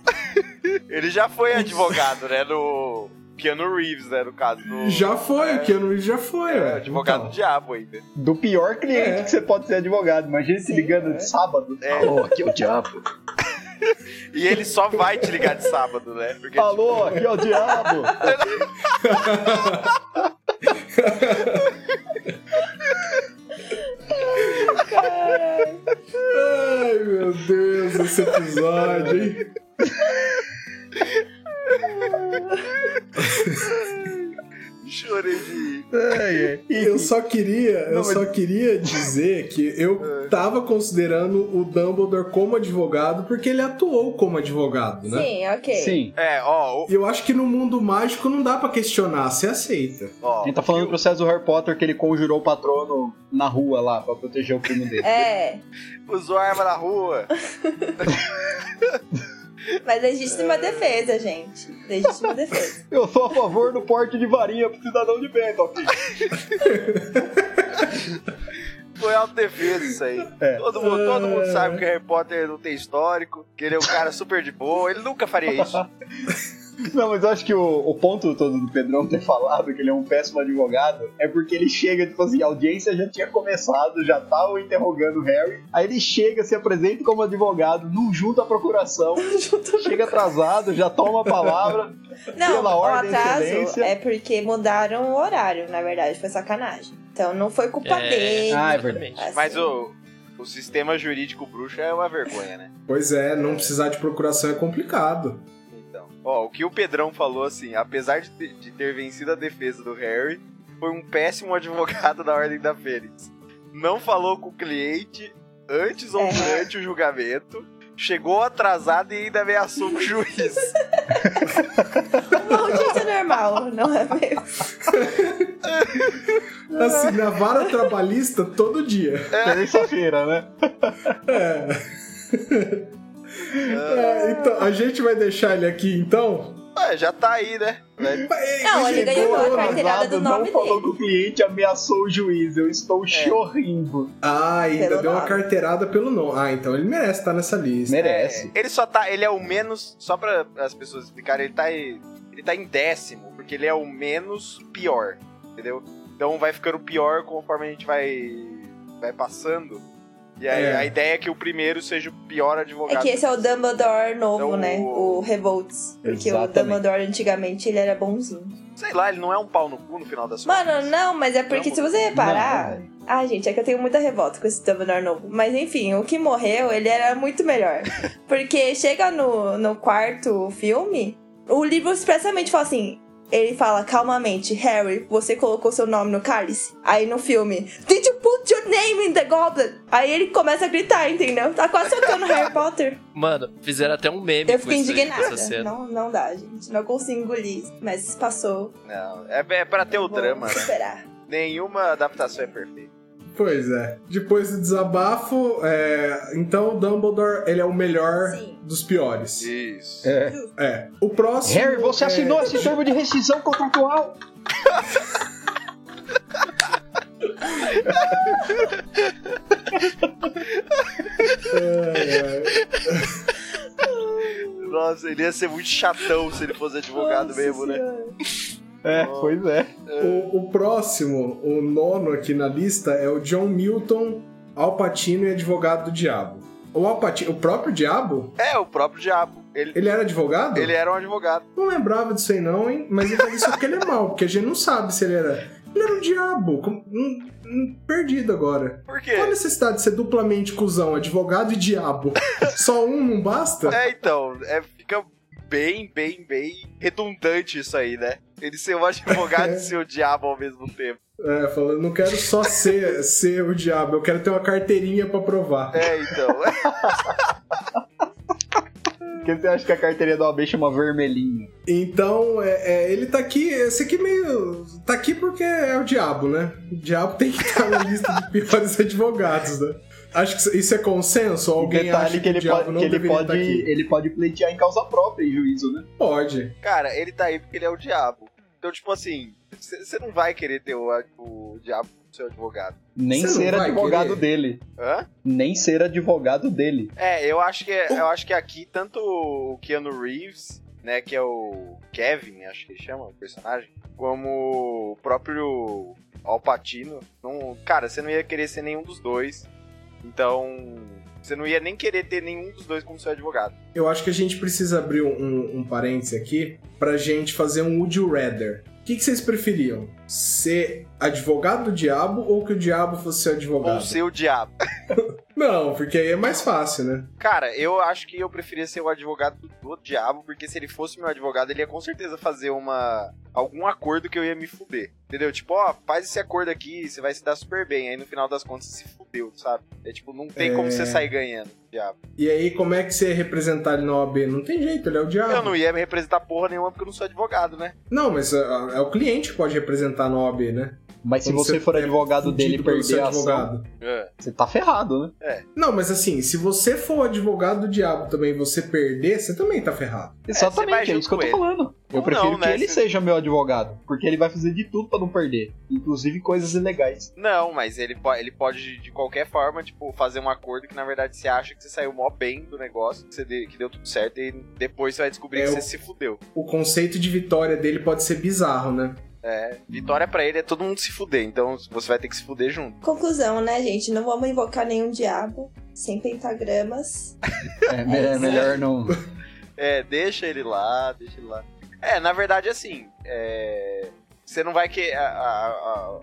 Speaker 2: Ele já foi advogado, né? Do. Keanu Reeves, né? No caso do.
Speaker 5: Já foi,
Speaker 2: É.
Speaker 5: o Keanu Reeves já foi,
Speaker 2: É,
Speaker 5: ué.
Speaker 2: advogado do
Speaker 5: Então,
Speaker 2: diabo ainda.
Speaker 1: Do pior cliente
Speaker 5: É.
Speaker 1: que você pode ser advogado. Imagina se
Speaker 3: Sim,
Speaker 1: ligando
Speaker 3: é.
Speaker 1: de sábado.
Speaker 2: É.
Speaker 1: Alô, aqui é o diabo.
Speaker 2: E ele só vai te ligar de sábado, né? Porque
Speaker 1: Alô, aqui é o diabo.
Speaker 3: Caralho.
Speaker 5: Ai, meu Deus, esse
Speaker 1: [laughs]
Speaker 5: episódio, hein?
Speaker 2: tipo, chorei de rir.
Speaker 5: Eu só queria, eu
Speaker 1: Não, mas- É.
Speaker 5: só queria dizer que
Speaker 1: [laughs]
Speaker 5: eu tava considerando o Dumbledore como advogado porque ele atuou como advogado, né?
Speaker 3: Sim, ok.
Speaker 1: Sim.
Speaker 2: É, ó, o-
Speaker 5: E eu acho que no mundo mágico não dá pra questionar, você aceita.
Speaker 2: ó.
Speaker 1: A gente tá falando do processo do Harry Potter que ele conjurou o patrono na rua lá pra proteger o primo dele.
Speaker 3: É,
Speaker 2: Usou arma na rua.
Speaker 3: mas legítima defesa, gente. Legítima defesa.
Speaker 1: Eu sou a favor do porte de varinha pro cidadão de bem, ok?
Speaker 2: Foi autodefesa isso aí.
Speaker 1: É.
Speaker 2: Todo, mundo, todo mundo
Speaker 5: É.
Speaker 2: sabe que Harry Potter não tem histórico, que ele é um cara super de boa, ele nunca faria isso.
Speaker 1: Não, mas eu acho que o, o ponto todo do Pedrão ter falado que ele é um péssimo advogado é porque ele chega, tipo assim, a audiência já tinha começado, já tava interrogando o Harry. Aí ele chega, se apresenta como advogado, não junta a procuração, chega atrasado, já toma a palavra.
Speaker 3: Não,
Speaker 1: Pela
Speaker 3: o
Speaker 1: ordem,
Speaker 3: atraso
Speaker 1: excelência.
Speaker 3: é porque mudaram o horário, na verdade, foi sacanagem. Então não foi culpa
Speaker 4: [laughs] É.
Speaker 3: dele.
Speaker 1: Ah, é
Speaker 4: Exatamente.
Speaker 3: assim.
Speaker 2: Mas o, o sistema jurídico bruxo é uma vergonha, né?
Speaker 5: Pois é, não precisar de procuração é complicado.
Speaker 2: Então, ó, o que o Pedrão falou assim, apesar de, ter- de ter vencido a defesa do Harry, foi um péssimo [laughs] advogado da Ordem da Fênix. Não falou com o cliente antes ou
Speaker 3: É.
Speaker 2: durante o julgamento, chegou atrasado e ainda ameaçou o juiz.
Speaker 3: Maldito normal, não é mesmo?
Speaker 5: Assim, na vara trabalhista todo dia.
Speaker 1: É. Terça-feira, né?
Speaker 5: É.
Speaker 1: Ah.
Speaker 5: É, então, a gente vai deixar ele aqui então?
Speaker 2: Ah, já tá aí, né? Vai-
Speaker 3: Não, ele ganhou
Speaker 1: Chegou
Speaker 3: a carteirada
Speaker 1: atrasado,
Speaker 3: do
Speaker 1: não
Speaker 3: nome
Speaker 1: falou
Speaker 3: dele.
Speaker 1: com o cliente, ameaçou o juiz. Eu estou chorrindo.
Speaker 5: Ah, ainda
Speaker 3: Pelo
Speaker 5: deu uma
Speaker 3: nome.
Speaker 5: carteirada pelo nome. Ah, então ele merece estar nessa lista.
Speaker 1: Merece.
Speaker 2: Ele só tá, ele é o menos, só pra as pessoas explicarem, ele tá, em- ele tá em décimo, porque ele é o menos pior, entendeu? Então vai ficando pior conforme a gente vai, vai passando. E aí,
Speaker 5: É.
Speaker 2: a ideia é que o primeiro seja o pior
Speaker 3: É
Speaker 2: advogado.
Speaker 3: que esse é o Dumbledore novo,
Speaker 2: Então,
Speaker 3: né? O Revolts. Porque
Speaker 1: Exatamente.
Speaker 3: o Dumbledore antigamente ele era bonzinho.
Speaker 2: Sei lá, ele não é um pau no cu no final das
Speaker 3: Mano,
Speaker 2: contas.
Speaker 3: não, mas é porque se você reparar. Ah, gente, é que eu tenho muita revolta com esse Dumbledore novo. Mas enfim, o que morreu, ele era muito [laughs] melhor. Porque chega no, no quarto filme, o livro expressamente fala assim. Ele fala calmamente, Harry, você colocou seu nome no cálice. Aí no filme, Did you put your name in the goblet? Aí ele começa a gritar, entendeu? Tá quase tocando Harry Potter.
Speaker 4: Mano, fizeram até um meme
Speaker 3: Eu
Speaker 4: com
Speaker 3: fiquei
Speaker 4: isso aí, com
Speaker 3: indignada.
Speaker 4: essa cena.
Speaker 3: Não, não dá, gente. Não consigo engolir. Mas passou.
Speaker 2: Não, é, é pra ter o
Speaker 3: Vou
Speaker 2: drama, né?
Speaker 3: Superar.
Speaker 2: Nenhuma adaptação é perfeita.
Speaker 5: Pois é. Depois do desabafo, é, então o Dumbledore ele é o melhor
Speaker 3: Sim.
Speaker 5: dos piores.
Speaker 2: Isso.
Speaker 1: É.
Speaker 5: É. O próximo.
Speaker 1: Harry, você
Speaker 5: é-
Speaker 1: assinou esse termo de rescisão contratual?
Speaker 5: É,
Speaker 2: Nossa, ele ia ser muito chatão se ele fosse advogado
Speaker 3: Nossa
Speaker 2: mesmo, né?
Speaker 3: Senhora.
Speaker 1: É, pois é.
Speaker 5: O, o próximo, o nono aqui na lista, é o John Milton, Alpatino e advogado do diabo. O Alpatino, o próprio diabo?
Speaker 2: É, o próprio diabo. Ele,
Speaker 5: Ele era advogado?
Speaker 2: ele era um advogado.
Speaker 5: Não lembrava disso aí não, hein? Mas ele faz isso porque ele é mau, porque a gente não sabe se ele era... Ele era um diabo, como- um- um- perdido agora.
Speaker 2: Por quê?
Speaker 5: Qual a necessidade de ser duplamente cuzão, advogado e diabo? Só um não basta?
Speaker 2: É, então, é, fica bem, bem, bem redundante isso aí, né? Ele ser um advogado e ser o diabo ao mesmo tempo.
Speaker 5: É, falando, não quero só ser, ser o diabo, eu
Speaker 2: então.
Speaker 5: quero ter uma carteirinha pra provar.
Speaker 2: É, então.
Speaker 1: que você acha que a carteirinha da OAB chama vermelhinha?
Speaker 5: Então, é, é, ele tá aqui, esse aqui meio. tá aqui porque é o diabo, né? O diabo tem que estar na lista de piores [laughs] advogados, né? Acho que isso- isso é consenso?
Speaker 1: O
Speaker 5: Alguém acha
Speaker 1: detalhe que
Speaker 5: o
Speaker 1: ele
Speaker 5: diabo
Speaker 1: pode,
Speaker 5: não
Speaker 1: que ele
Speaker 5: deveria
Speaker 1: pode,
Speaker 5: estar aqui?
Speaker 1: ele pode pleitear em causa própria em juízo, né?
Speaker 5: Pode.
Speaker 2: [laughs] Cara, ele tá aí porque ele é o diabo. Então, tipo assim, você não vai querer ter o, o diabo como seu advogado.
Speaker 1: Nem
Speaker 5: Você não
Speaker 1: ser
Speaker 5: vai
Speaker 1: advogado
Speaker 5: querer?
Speaker 1: dele.
Speaker 2: Hã?
Speaker 1: Nem ser advogado dele.
Speaker 2: É, eu acho que é- eu acho que aqui tanto o Keanu Reeves, né, que é o Kevin, acho que ele chama o personagem, como o próprio Al Pacino, não, cara, você não ia querer ser nenhum dos dois. Então, você não ia nem querer ter nenhum dos dois como seu advogado.
Speaker 5: Eu acho que a gente precisa abrir um, um, um parêntese aqui pra gente fazer um Would You Rather. O que, que vocês preferiam? Ser advogado do diabo ou que o diabo fosse seu
Speaker 2: Ou
Speaker 5: advogado?
Speaker 2: ser o diabo.
Speaker 5: Não, porque aí é mais fácil, né?
Speaker 2: Cara, eu acho que eu preferia ser o advogado do, do diabo, porque se ele fosse meu advogado, ele ia com certeza fazer uma algum acordo que eu ia me fuder. Entendeu? Tipo, ó, faz esse acordo aqui, você vai se dar super bem. Aí no final das contas você se fudeu, sabe? É tipo, não tem como
Speaker 5: É.
Speaker 2: você sair ganhando, diabo.
Speaker 5: E aí, como é que você é representado na OAB? Não tem jeito, ele é o diabo.
Speaker 2: Eu não ia me representar porra nenhuma porque eu não sou advogado, né?
Speaker 5: Não, mas ah, é o cliente que pode representar na OAB, né?
Speaker 1: Mas se
Speaker 5: Quando
Speaker 1: você for
Speaker 5: é
Speaker 1: advogado
Speaker 5: fudido
Speaker 1: dele e
Speaker 5: pelo seu
Speaker 1: perder a ação,
Speaker 5: advogado.
Speaker 2: É.
Speaker 1: você tá ferrado, né?
Speaker 5: Não, mas assim, se você for advogado do diabo também e você perder, você também tá ferrado.
Speaker 2: vai
Speaker 1: Exatamente, é
Speaker 2: junto
Speaker 1: isso que eu tô
Speaker 2: com
Speaker 1: falando. Eu
Speaker 2: Ou
Speaker 1: prefiro
Speaker 2: não,
Speaker 1: que
Speaker 2: né?
Speaker 1: ele
Speaker 2: Você-
Speaker 1: seja meu advogado, porque ele vai fazer de tudo pra não perder, inclusive coisas ilegais.
Speaker 2: Não, mas ele, po- ele pode, de qualquer forma, tipo, fazer um acordo que na verdade você acha que você saiu mó bem do negócio, que, você de- que deu tudo certo, e depois você vai descobrir
Speaker 5: É,
Speaker 2: que
Speaker 5: eu-
Speaker 2: você se fudeu.
Speaker 5: O conceito de vitória dele pode ser bizarro, né?
Speaker 2: É, vitória pra ele é todo mundo se fuder, então você vai ter que se fuder junto.
Speaker 3: Conclusão, né, gente? Não vamos invocar nenhum diabo, sem pentagramas.
Speaker 1: É, me- é melhor não.
Speaker 2: É, deixa ele lá, deixa ele lá. É, na verdade, assim, é, você não vai que. a- a- a-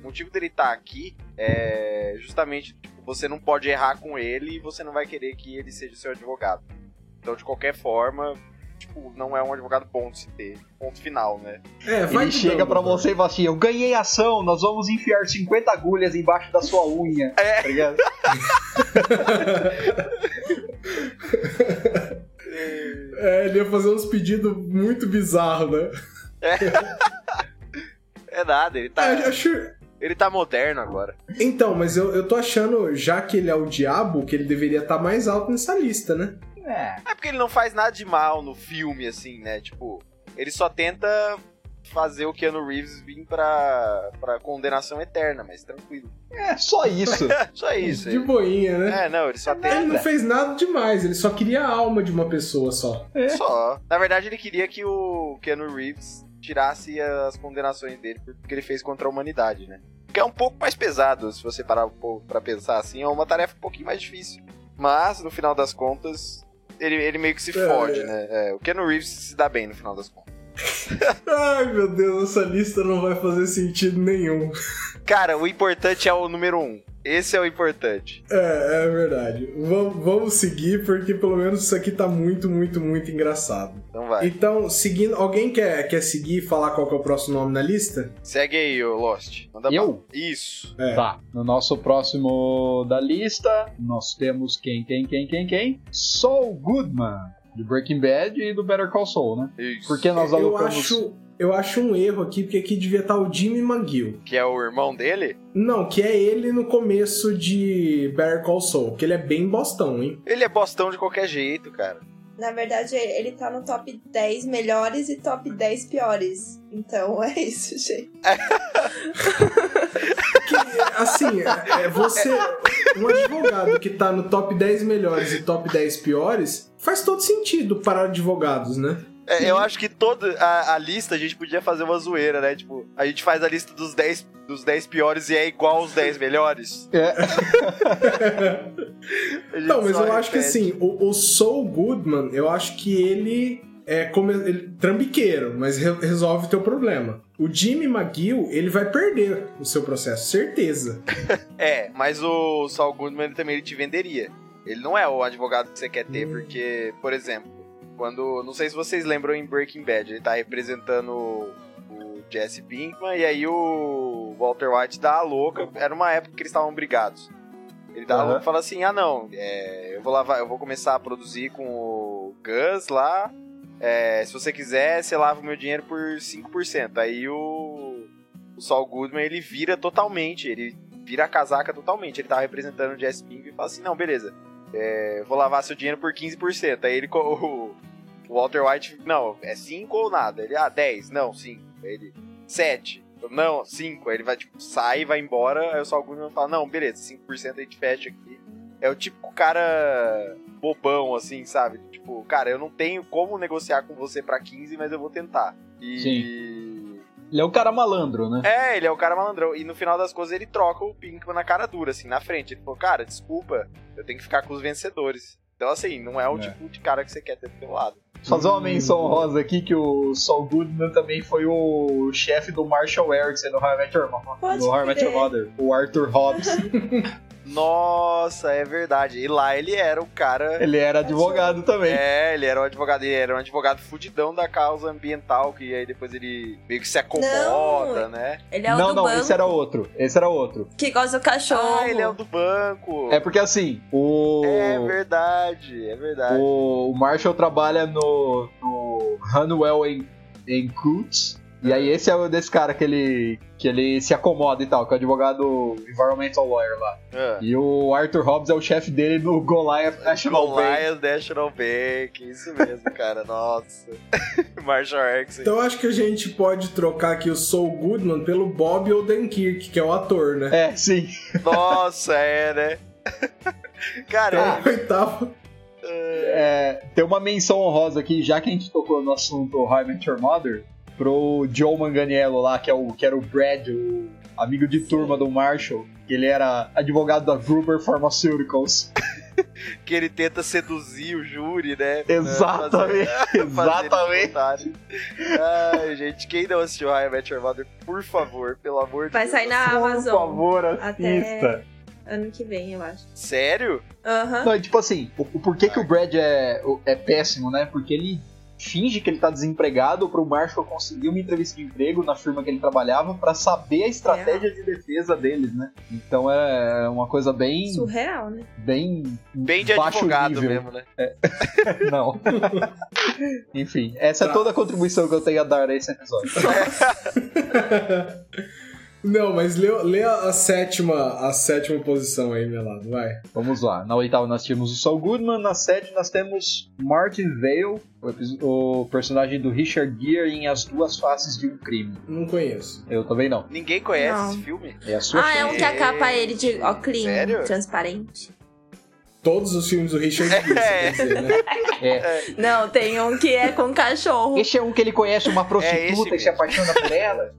Speaker 2: o motivo dele estar aqui é justamente tipo, você não pode errar com ele e você não vai querer que ele seja seu advogado. Então, de qualquer forma, tipo, não é um advogado bom de se ter. Ponto final, né?
Speaker 5: É, vai
Speaker 1: Ele
Speaker 5: de
Speaker 1: chega pra
Speaker 5: Dumbledore.
Speaker 1: você e fala assim: Eu ganhei a ação, nós vamos enfiar 50 agulhas embaixo da sua unha.
Speaker 2: É.
Speaker 1: tá ligado?
Speaker 5: É, ele ia fazer uns pedidos muito bizarros, né?
Speaker 2: É nada, ele tá.
Speaker 5: É, eu acho-
Speaker 2: Ele tá moderno agora.
Speaker 5: Então, mas eu, eu tô achando, já que ele é o diabo, que ele deveria estar mais alto nessa lista, né?
Speaker 1: É.
Speaker 2: É porque ele não faz nada de mal no filme, assim, né? Tipo, ele só tenta fazer o Keanu Reeves vir pra, pra condenação eterna, mas tranquilo. [laughs]
Speaker 1: É, só É isso.
Speaker 2: Só isso.
Speaker 5: De
Speaker 2: Ele...
Speaker 5: boinha, né?
Speaker 2: É, não, ele só
Speaker 5: Ele
Speaker 2: tenta.
Speaker 5: não fez nada demais, ele só queria a alma de uma pessoa só.
Speaker 2: Só. Na verdade, ele queria que o Keanu Reeves tirasse as condenações dele por tudo que ele fez contra a humanidade, né? Que é um pouco mais pesado, se você parar um pouco pra pensar assim, é uma tarefa um pouquinho mais difícil. Mas, no final das contas, ele, ele meio que se
Speaker 5: É,
Speaker 2: fode,
Speaker 5: é.
Speaker 2: né? É, o Keanu Reeves se dá bem no final das contas.
Speaker 5: Ai, meu Deus, essa lista não vai fazer sentido nenhum.
Speaker 2: Cara, o importante é o número um. Esse é o importante.
Speaker 5: É, é verdade. Vam- vamos seguir, porque pelo menos isso aqui tá muito, muito, muito engraçado.
Speaker 2: Então vai.
Speaker 5: Então, seguindo. Alguém quer, quer seguir e falar qual que é o próximo nome na lista?
Speaker 2: Segue aí, ô Lost. Manda
Speaker 1: Eu?
Speaker 2: bala. Isso.
Speaker 5: É.
Speaker 1: Tá, no nosso próximo da lista, nós temos quem, quem, quem, quem, quem? Saul Goodman, do Breaking Bad e do Better Call Saul, né?
Speaker 2: Isso.
Speaker 1: Porque nós
Speaker 5: eu,
Speaker 1: alocamos...
Speaker 5: acho, eu acho um erro aqui, porque aqui devia estar o Jimmy McGill.
Speaker 2: Que é o irmão dele?
Speaker 5: Não, que é ele no começo de Better Call Saul, que ele é bem bostão, hein?
Speaker 2: Ele é bostão de qualquer jeito, cara.
Speaker 3: Na verdade, ele tá no top 10 melhores e top 10 piores. Então [laughs] é isso, gente.
Speaker 5: Que, assim, é, é você. Um advogado que tá no top 10 melhores e top 10 piores faz todo sentido para advogados, né?
Speaker 2: É, eu acho que toda a, a lista a gente podia fazer uma zoeira, né? Tipo, a gente faz a lista dos 10, dos 10 piores e é igual aos 10 melhores.
Speaker 1: É,
Speaker 2: [laughs] A gente
Speaker 5: Não, mas
Speaker 2: só
Speaker 5: eu acho que
Speaker 2: repete.
Speaker 5: assim, o, o Saul Goodman, eu acho que ele é como ele, trambiqueiro, mas re- resolve o teu problema. O Jimmy McGill, ele vai perder o seu processo, certeza.
Speaker 2: É, mas o Saul Goodman ele também ele te venderia. Ele não é o advogado que você quer ter, porque, por exemplo, quando. Não sei se vocês lembram em Breaking Bad, ele tá representando o o Jesse Pinkman e aí o Walter White dá a louca. Era uma época que eles estavam brigados. Ele dá a
Speaker 1: Aham.
Speaker 2: louca e fala assim: ah não, é, eu vou lavar, eu vou começar a produzir com o Gus lá. é, se você quiser, você lava o meu dinheiro por 5%. Aí o, o Saul Goodman ele vira totalmente, ele vira a casaca totalmente. Ele tá representando o Jess Pink e fala assim: não, beleza, é, vou lavar seu dinheiro por 15%. Aí ele. co- [laughs] O, o Walter White, não, é 5 ou nada. Ele, ah, 10, não, 5. Aí ele, 7. Não, 5. Aí ele vai, tipo, sai, vai embora. Aí o Saul Goodman fala: não, beleza, 5% a gente fecha aqui. É o típico cara bobão, assim, sabe? Tipo, cara, eu não tenho como negociar com você pra 15, mas eu vou tentar. E.
Speaker 1: Ele é um cara malandro, né?
Speaker 2: É, ele é o cara malandrão. E no final das coisas ele troca o Pinkman na cara dura, assim, na frente. Ele falou, cara, desculpa, eu tenho que ficar com os vencedores. Então, assim, não é o
Speaker 1: É.
Speaker 2: tipo de cara que você quer ter do seu lado.
Speaker 1: Fazer uma menção rosa aqui que o Saul Goodman também foi o chefe do Marshall Erickson no Harvey
Speaker 3: Pode
Speaker 1: no How I Met Your
Speaker 3: crer.
Speaker 1: Mother, o Arthur
Speaker 3: [laughs]
Speaker 1: Hobbs.
Speaker 2: Nossa, é verdade. E lá ele era o cara.
Speaker 1: Ele era advogado também.
Speaker 2: É, ele era um advogado, ele era um advogado fudidão da causa ambiental, que aí depois ele meio que se acomoda, né?
Speaker 3: Ele é o
Speaker 1: não,
Speaker 3: do
Speaker 1: não,
Speaker 3: banco
Speaker 1: esse era outro. Esse era outro.
Speaker 3: que gosta do cachorro.
Speaker 2: Ah, ele é o do banco.
Speaker 1: É porque assim, o.
Speaker 2: É verdade, é verdade.
Speaker 1: O, o Marshall trabalha no, no Hanwell em, em Cruz. E aí esse é o desse cara que ele, que ele se acomoda e tal, que é o advogado environmental lawyer lá.
Speaker 2: Ah.
Speaker 1: E o Arthur Hobbs é o chefe dele no Goliath National Bank.
Speaker 2: Lions National Bank, isso mesmo, cara, nossa. [laughs] Marshall Erickson.
Speaker 5: Então acho que a gente pode trocar aqui o Saul Goodman pelo Bob Odenkirk, que é o ator, né?
Speaker 1: É, sim.
Speaker 2: Nossa, é, né? [laughs] Cara,
Speaker 5: É. [laughs] Oitavo.
Speaker 1: É, tem uma menção honrosa aqui, já que a gente tocou no assunto How I Met Your Mother, pro Joe Manganiello lá, que, é o, que era o Brad, o amigo de turma do Marshall, que ele era advogado da Gruber Pharmaceuticals.
Speaker 2: que ele tenta seduzir o júri, né?
Speaker 1: Exatamente,
Speaker 2: [laughs] Fazer- fazer
Speaker 1: exatamente.
Speaker 2: vontade. Ai, gente, quem não assistiu High Match Your Mother, por favor, pelo amor de
Speaker 3: Vai
Speaker 2: Deus.
Speaker 3: sair na Amazon.
Speaker 1: Por favor,
Speaker 3: Até-
Speaker 1: assista.
Speaker 3: Ano que vem, eu acho.
Speaker 2: Sério?
Speaker 3: Aham.
Speaker 1: Não, e tipo assim, o, o porquê que o Brad é, o- é péssimo, né? Porque ele finge que ele tá desempregado pro Marshall conseguir uma entrevista de emprego na firma que ele trabalhava pra saber a
Speaker 3: É.
Speaker 1: estratégia de defesa deles, né? Então é uma coisa bem
Speaker 3: Surreal, né?
Speaker 1: bem
Speaker 2: Bem de
Speaker 1: baixo
Speaker 2: advogado
Speaker 1: nível.
Speaker 2: mesmo, né?
Speaker 1: Não. [laughs] Enfim, essa é toda a contribuição que eu tenho a dar a esse episódio.
Speaker 5: [laughs] Não, mas lê, lê a, a sétima, a sétima posição aí, meu lado, vai.
Speaker 1: Vamos lá. Na oitava nós tínhamos o Saul Goodman, na sete nós temos Martin Vale, o, epi- o personagem do Richard Gere em As Duas Faces de um Crime.
Speaker 5: Não conheço.
Speaker 1: Eu também não.
Speaker 2: Ninguém conhece
Speaker 3: Não.
Speaker 2: esse filme.
Speaker 1: É a sua
Speaker 3: Ah, é
Speaker 1: chance.
Speaker 3: um que a capa é ele de ó, clean,
Speaker 2: Sério?
Speaker 3: transparente.
Speaker 5: Todos os filmes
Speaker 4: [laughs]
Speaker 5: do Richard Gere, você
Speaker 2: É,
Speaker 5: quer dizer, né?
Speaker 3: Não, tem um que é com cachorro.
Speaker 1: Este é um que ele conhece uma prostituta
Speaker 2: esse
Speaker 1: e se
Speaker 2: mesmo.
Speaker 1: apaixona por ela.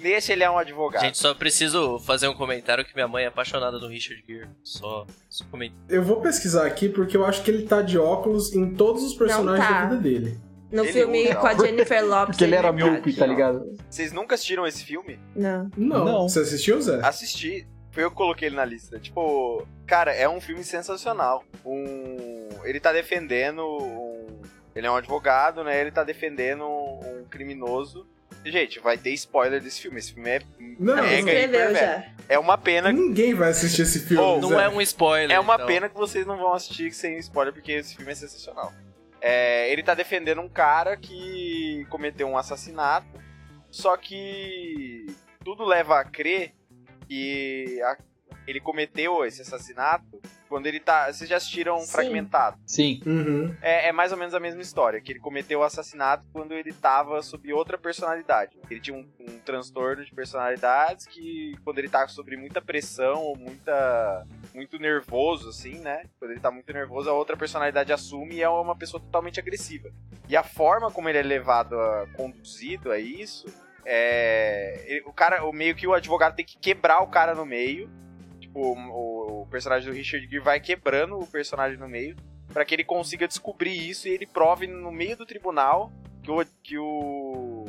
Speaker 2: Nesse ele é um advogado.
Speaker 4: Gente, só preciso fazer um comentário que minha mãe é apaixonada do Richard Gere. Só, só comentário.
Speaker 5: Eu vou pesquisar aqui porque eu acho que ele tá de óculos em todos os personagens
Speaker 3: tá.
Speaker 5: da vida dele.
Speaker 3: No
Speaker 2: Ele
Speaker 3: filme
Speaker 2: usa,
Speaker 3: com a
Speaker 1: ó.
Speaker 3: Jennifer Lopez.
Speaker 1: Porque ele era
Speaker 2: é
Speaker 3: meu
Speaker 1: míope, tá ligado?
Speaker 2: Vocês nunca assistiram esse filme?
Speaker 3: Não.
Speaker 5: Não.
Speaker 1: Não.
Speaker 5: Você assistiu, Zé?
Speaker 2: Assisti. Foi eu que coloquei ele na lista. Tipo, cara, é um filme sensacional. Um. Ele tá defendendo. Um... Ele é um advogado, né? Ele tá defendendo um um criminoso. E, Gente, vai ter spoiler desse filme. Esse filme é.
Speaker 5: Não,
Speaker 3: Não,
Speaker 2: mega
Speaker 3: escreveu
Speaker 2: hiper
Speaker 3: já.
Speaker 2: É uma pena.
Speaker 5: Ninguém vai assistir esse filme.
Speaker 2: Oh,
Speaker 5: Zé.
Speaker 4: Não é um spoiler.
Speaker 2: É uma
Speaker 4: então.
Speaker 2: pena que vocês não vão assistir sem spoiler, porque esse filme é sensacional. É, ele tá defendendo um cara que cometeu um assassinato, só que tudo leva a crer que a- ele cometeu esse assassinato quando ele tá. Vocês já assistiram
Speaker 3: Sim.
Speaker 2: Fragmentado?
Speaker 1: Sim.
Speaker 4: um-
Speaker 5: Uhum.
Speaker 2: É, é mais ou menos a mesma história, que ele cometeu o assassinato quando ele tava sob outra personalidade. Ele tinha um, um transtorno de personalidades que quando ele tá sob muita pressão ou muita muito nervoso assim, né? Quando ele tá muito nervoso, a outra personalidade assume e é uma pessoa totalmente agressiva. E a forma como ele é levado a conduzido a isso, é ele- o cara, o meio que o advogado tem que quebrar o cara no meio. Tipo, o, o personagem do Richard Gere vai quebrando o personagem no meio para que ele consiga descobrir isso e ele prove no meio do tribunal que o. Que o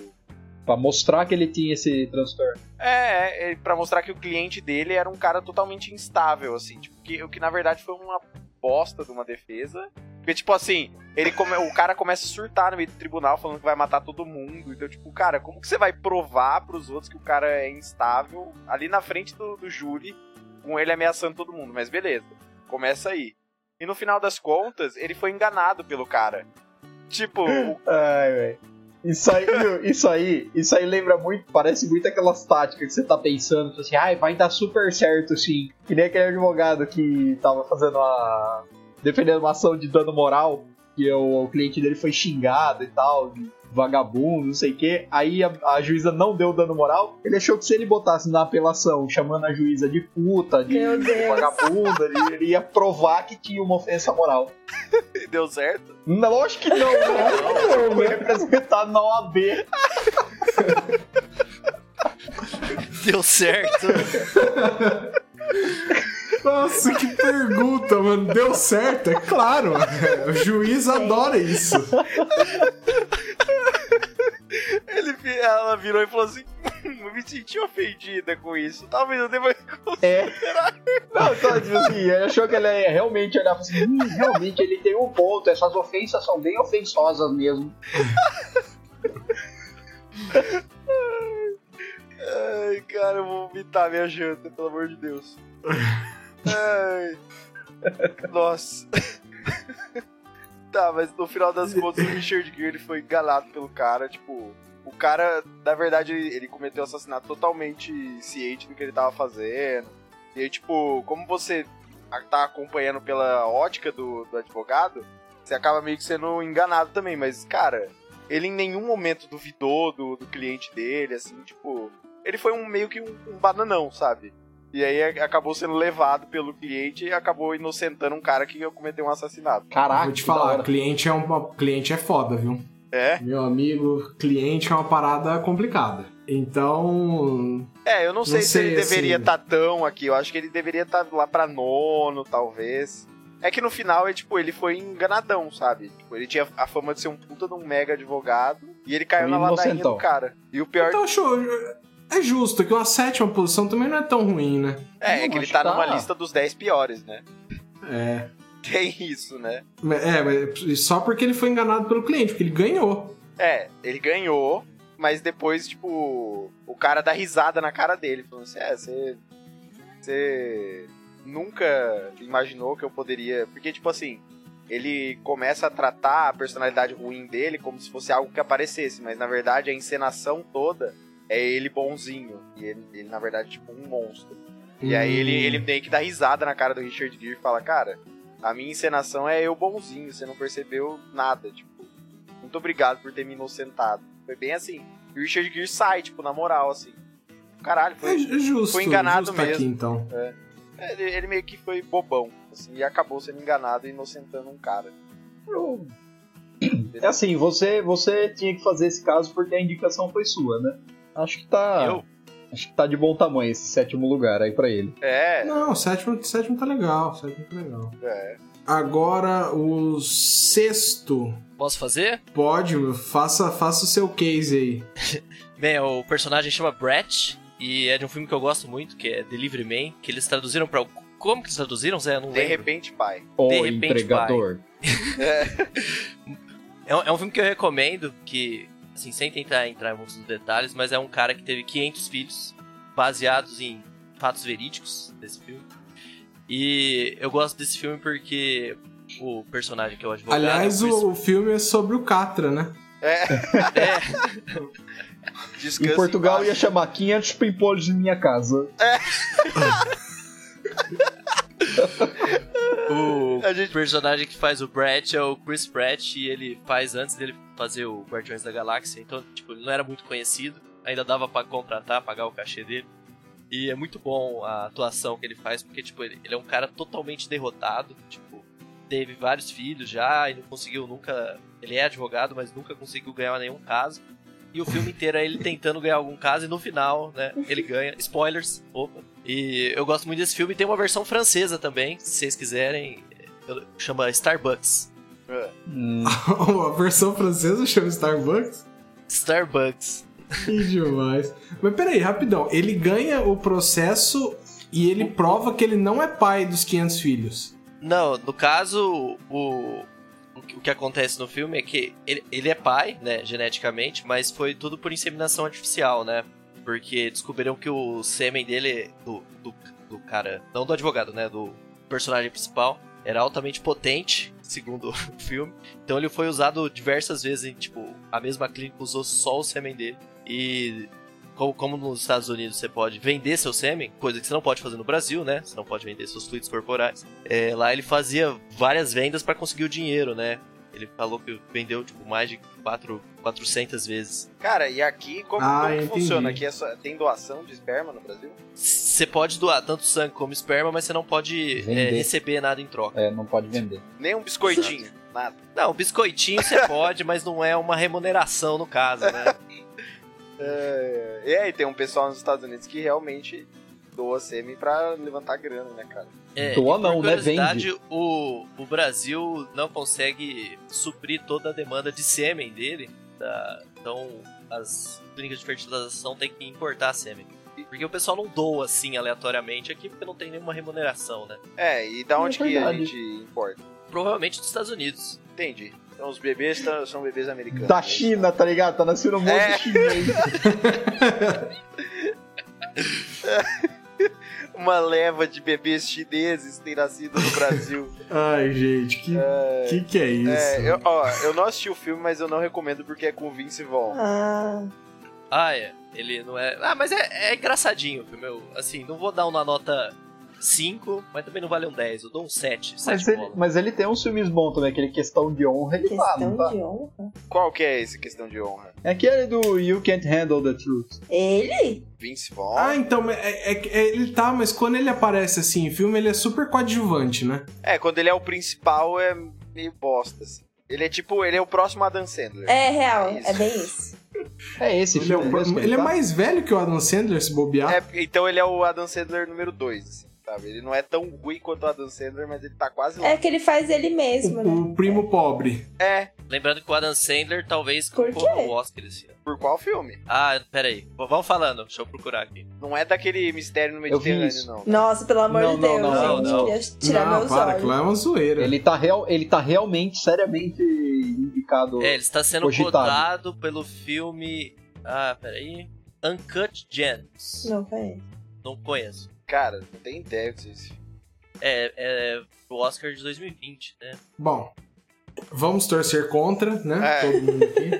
Speaker 1: Pra mostrar que ele tinha esse transtorno.
Speaker 2: é, é, pra mostrar que o cliente dele era um cara totalmente instável, assim. Tipo, que, o que na verdade foi uma bosta de uma defesa. Porque, tipo assim, ele come- o cara começa a surtar no meio do tribunal falando que vai matar todo mundo. Então, tipo, cara, como que você vai provar pros outros que o cara é instável ali na frente do, do júri, com ele ameaçando todo mundo? Mas beleza, começa aí. E no final das contas, ele foi enganado pelo cara. Tipo, o-
Speaker 1: Ai, velho. Isso aí, meu, isso aí, isso aí lembra muito, parece muito aquelas táticas que você tá pensando, tipo assim, ai, vai dar super certo sim. Que nem aquele advogado que tava fazendo a. defendendo uma ação de dano moral, que o, o cliente dele foi xingado e tal, de vagabundo, não sei o quê. Aí a, a juíza não deu dano moral, ele achou que se ele botasse na apelação, chamando a juíza de puta, de
Speaker 3: Meu Deus.
Speaker 1: vagabundo, ele, ele ia provar que tinha uma ofensa moral.
Speaker 2: deu certo.
Speaker 1: Não, lógico que não, né? Foi representado na OAB.
Speaker 4: Deu certo.
Speaker 5: Nossa, que pergunta, mano. Deu certo? É claro. [laughs] O juiz adora isso.
Speaker 2: Ele, vi- ela virou e falou assim: "Hum, me senti ofendida com isso. Talvez eu deva.
Speaker 1: É. Não, então, tipo assim, ele achou que ele ia realmente olhar e falar assim, "Hum, realmente ele tem um ponto, essas ofensas são bem ofensosas mesmo.
Speaker 2: Ai, cara, eu vou vomitar minha janta, pelo amor de Deus. Ai. Nossa. [laughs] tá, mas no final das contas, o Richard Gere ele foi enganado pelo cara. Tipo, o cara, na verdade, ele, ele cometeu o assassinato totalmente ciente do que ele tava fazendo. E aí, tipo, como você a- tá acompanhando pela ótica do, do advogado, você acaba meio que sendo enganado também. Mas, cara, ele em nenhum momento duvidou do, do cliente dele, assim, tipo. Ele foi um meio que um, um bananão, sabe? E aí a- acabou sendo levado pelo cliente e acabou inocentando um cara que cometeu um assassinato.
Speaker 1: Caraca,
Speaker 5: Vou te
Speaker 1: que Ah, da
Speaker 5: falar,
Speaker 1: hora.
Speaker 5: cliente é, uma, cliente é foda, viu?
Speaker 2: É?
Speaker 5: Meu amigo, cliente é uma parada complicada. Então.
Speaker 2: É, eu não sei, se
Speaker 5: sei,
Speaker 2: ele deveria
Speaker 5: assim-
Speaker 2: estar tão aqui. Eu acho que ele deveria estar lá pra nono, talvez. É que no final, é, tipo, ele foi enganadão, sabe? Tipo, ele tinha a fama de ser um puta de um mega advogado e ele caiu
Speaker 1: Um
Speaker 2: na ladainha
Speaker 1: inocentão.
Speaker 2: do cara. E o pior
Speaker 5: Então, show. É justo que uma sétima posição também não é tão ruim, né?
Speaker 2: é, é
Speaker 1: não,
Speaker 2: que ele
Speaker 1: acho
Speaker 2: tá
Speaker 1: que tá.
Speaker 2: numa lista dos 10 piores, né? [laughs]
Speaker 5: É.
Speaker 2: Tem isso, né?
Speaker 5: É, mas só porque ele foi enganado pelo cliente, porque ele ganhou.
Speaker 2: É, ele ganhou, mas depois, tipo, o cara dá risada na cara dele, falando assim, é, você. Você nunca imaginou que eu poderia. Porque, tipo assim, ele começa a tratar a personalidade ruim dele como se fosse algo que aparecesse, mas na verdade a encenação toda é ele bonzinho. E ele, ele, na verdade, é, tipo, um monstro. E aí ele,
Speaker 5: Hum,
Speaker 2: ele meio que dá risada na cara do Richard Gere e fala, cara, a minha encenação é eu bonzinho, você não percebeu nada, tipo, muito obrigado por ter me inocentado. Foi bem assim. E o Richard Gere sai, tipo, na moral, assim. Caralho,
Speaker 5: É
Speaker 2: foi,
Speaker 5: ju- justo.
Speaker 2: foi enganado
Speaker 5: justo aqui,
Speaker 2: mesmo.
Speaker 5: então.
Speaker 2: ele, ele meio que foi bobão, assim, e acabou sendo enganado e inocentando um cara.
Speaker 1: É assim, você, você tinha que fazer esse caso porque a indicação foi sua, né? Acho que tá.
Speaker 4: Eu?
Speaker 1: Acho que tá de bom tamanho esse sétimo lugar aí pra ele.
Speaker 2: É,
Speaker 5: Não, o sétimo, o sétimo tá legal. o Sétimo tá legal.
Speaker 2: é.
Speaker 5: Agora o sexto.
Speaker 4: Posso fazer?
Speaker 5: Pode, meu, faça, faça o seu case aí.
Speaker 4: Bem, o personagem chama Brett e é de um filme que eu gosto muito, que é Delivery Man, que eles traduziram pra... Como que eles traduziram, Zé? Eu Não
Speaker 2: De
Speaker 4: lembro.
Speaker 2: repente, pai.
Speaker 1: Ô,
Speaker 4: repente
Speaker 1: empregador.
Speaker 4: É um, é um filme que eu recomendo, que, assim, sem tentar entrar em muitos detalhes, mas é um cara que teve 500 filhos, baseados em fatos verídicos desse filme. E eu gosto desse filme porque o personagem que é o advogado...
Speaker 5: Aliás,
Speaker 4: é o Chris-
Speaker 5: o, o filme é sobre o Catra, né? [laughs]
Speaker 2: É,
Speaker 4: É,
Speaker 2: descansa
Speaker 1: Em Portugal ia
Speaker 2: paz.
Speaker 1: chamar 500 pimpolhos de minha casa.
Speaker 4: o
Speaker 2: A gente-
Speaker 4: personagem que faz o Brett é o Chris Pratt, e ele faz antes dele fazer o Guardiões da Galáxia, então, tipo, ele não era muito conhecido, ainda dava pra contratar, pagar o cachê dele. E é muito bom a atuação que ele faz, porque, tipo, ele, ele é um cara totalmente derrotado, tipo, teve vários filhos já e não conseguiu nunca... Ele é advogado, mas nunca conseguiu ganhar nenhum caso. E o filme inteiro é ele tentando ganhar algum caso e no final, né, ele ganha. Spoilers, opa. E eu gosto muito desse filme. Tem uma versão francesa também, se vocês quiserem. Eu- Chama Starbucks. Hum.
Speaker 5: a versão francesa chama Starbucks.
Speaker 4: Starbucks.
Speaker 5: Que [laughs] demais. Mas peraí, rapidão. Ele ganha o processo e ele prova que ele não é pai dos 500 filhos.
Speaker 4: Não, no caso, o, o que- o que acontece no filme é que ele, ele é pai, né, geneticamente, mas foi tudo por inseminação artificial, né? Porque descobriram que o sêmen dele, do, do, do cara, não do advogado, né, do personagem principal, era altamente potente, segundo [laughs] o filme. Então ele foi usado diversas vezes, em, tipo, a mesma clínica usou só o sêmen dele. E como, como nos Estados Unidos você pode vender seu sêmen, coisa que você não pode fazer no Brasil, né? Você não pode vender seus fluidos corporais. É, lá ele fazia várias vendas para conseguir o dinheiro, né? Ele falou que vendeu tipo, mais de quatro 400 vezes.
Speaker 2: Cara, e aqui, como,
Speaker 5: Ah,
Speaker 2: como que
Speaker 5: entendi.
Speaker 2: funciona? Aqui é só- tem doação de esperma no Brasil?
Speaker 4: Você pode doar tanto sangue como esperma, mas você não pode é,
Speaker 1: Vender.
Speaker 4: receber nada em troca.
Speaker 1: É, não pode vender.
Speaker 2: Nem um biscoitinho, nada.
Speaker 4: Não, biscoitinho você pode, [laughs] mas não é uma remuneração no caso, né?
Speaker 2: É, E aí, tem um pessoal nos Estados Unidos que realmente doa sêmen pra levantar grana, né, cara?
Speaker 4: É,
Speaker 1: Doa
Speaker 4: e por
Speaker 1: não, né?
Speaker 4: curiosidade, O, o Brasil não consegue suprir toda a demanda de sêmen dele. tá? Então as clínicas de fertilização têm que importar sêmen. Porque o pessoal não doa assim aleatoriamente aqui porque não tem nenhuma remuneração, né?
Speaker 2: É, e da
Speaker 1: É
Speaker 2: onde que a
Speaker 1: verdade.
Speaker 2: gente importa?
Speaker 4: Provavelmente dos Estados Unidos.
Speaker 2: Entendi. Então os bebês tão- são bebês americanos.
Speaker 1: Da China, tá ligado? Tá nascendo um monte
Speaker 2: É.
Speaker 1: de chinês.
Speaker 2: [laughs] Uma leva de bebês chineses tem nascido no
Speaker 1: [laughs]
Speaker 2: Brasil.
Speaker 5: Ai, gente, que que, que é isso?
Speaker 2: é, eu, ó, eu não assisti o filme, mas eu não recomendo porque é com o Vince Vaughn.
Speaker 3: Ah,
Speaker 4: Ah, é. Ele não é. Ah, mas é, é engraçadinho o filme. Eu, assim, não vou dar uma nota 5, mas também não vale um 10. Eu dou um 7. 7
Speaker 1: Mas ele, mas ele tem uns filmes bons também, aquele questão de honra, ele fala,
Speaker 3: questão
Speaker 1: não tá?
Speaker 3: de honra.
Speaker 2: Qual que é esse questão de honra?
Speaker 1: É aquele do You Can't Handle the Truth.
Speaker 3: Ele?
Speaker 2: Vince Vaughn?
Speaker 5: Ah, então, mas é, é- é- ele tá, mas quando ele aparece assim em filme, ele é super coadjuvante, né?
Speaker 2: É, quando ele é o principal é meio bosta, assim. Ele é tipo, ele é o próximo Adam Sandler.
Speaker 3: É real,
Speaker 2: É isso.
Speaker 3: é bem isso.
Speaker 1: É esse
Speaker 5: Ele é,
Speaker 1: filme.
Speaker 5: o-
Speaker 1: mesmo que
Speaker 5: ele é
Speaker 1: tá?
Speaker 5: mais velho que o Adam Sandler, se bobear.
Speaker 2: É, então ele é o Adam Sandler número 2, assim, sabe? Ele não é tão ruim quanto o Adam Sandler, mas ele tá quase lá.
Speaker 3: É que ele faz ele mesmo, né?
Speaker 5: o, o primo pobre.
Speaker 2: É,
Speaker 4: Lembrando que o Adam Sandler talvez
Speaker 3: Por
Speaker 4: concorra
Speaker 3: quê?
Speaker 4: o Oscar esse ano.
Speaker 2: por qual filme?
Speaker 4: Ah, peraí. V- Vamos falando, deixa eu procurar aqui.
Speaker 2: Não é daquele mistério no
Speaker 1: Eu vi
Speaker 2: Mediterrâneo,
Speaker 1: isso.
Speaker 2: não.
Speaker 3: Nossa, pelo amor
Speaker 1: Não,
Speaker 3: de
Speaker 1: não,
Speaker 3: Deus,
Speaker 4: não,
Speaker 3: gente.
Speaker 4: não.
Speaker 3: Queria tirar
Speaker 5: Não,
Speaker 3: meus
Speaker 5: para, que
Speaker 3: olho.
Speaker 5: lá é uma zoeira.
Speaker 1: Ele tá, real, ele tá realmente, seriamente indicado.
Speaker 4: É, ele está sendo
Speaker 1: Cogitado.
Speaker 4: cotado pelo filme. Ah, peraí. Uncut Gems.
Speaker 3: Não conheço.
Speaker 4: Não conheço.
Speaker 2: Cara, não tem ideia disso.
Speaker 4: É, é o Oscar de 2020, né?
Speaker 5: Bom, vamos torcer contra, né?
Speaker 2: É.
Speaker 5: Todo mundo aqui.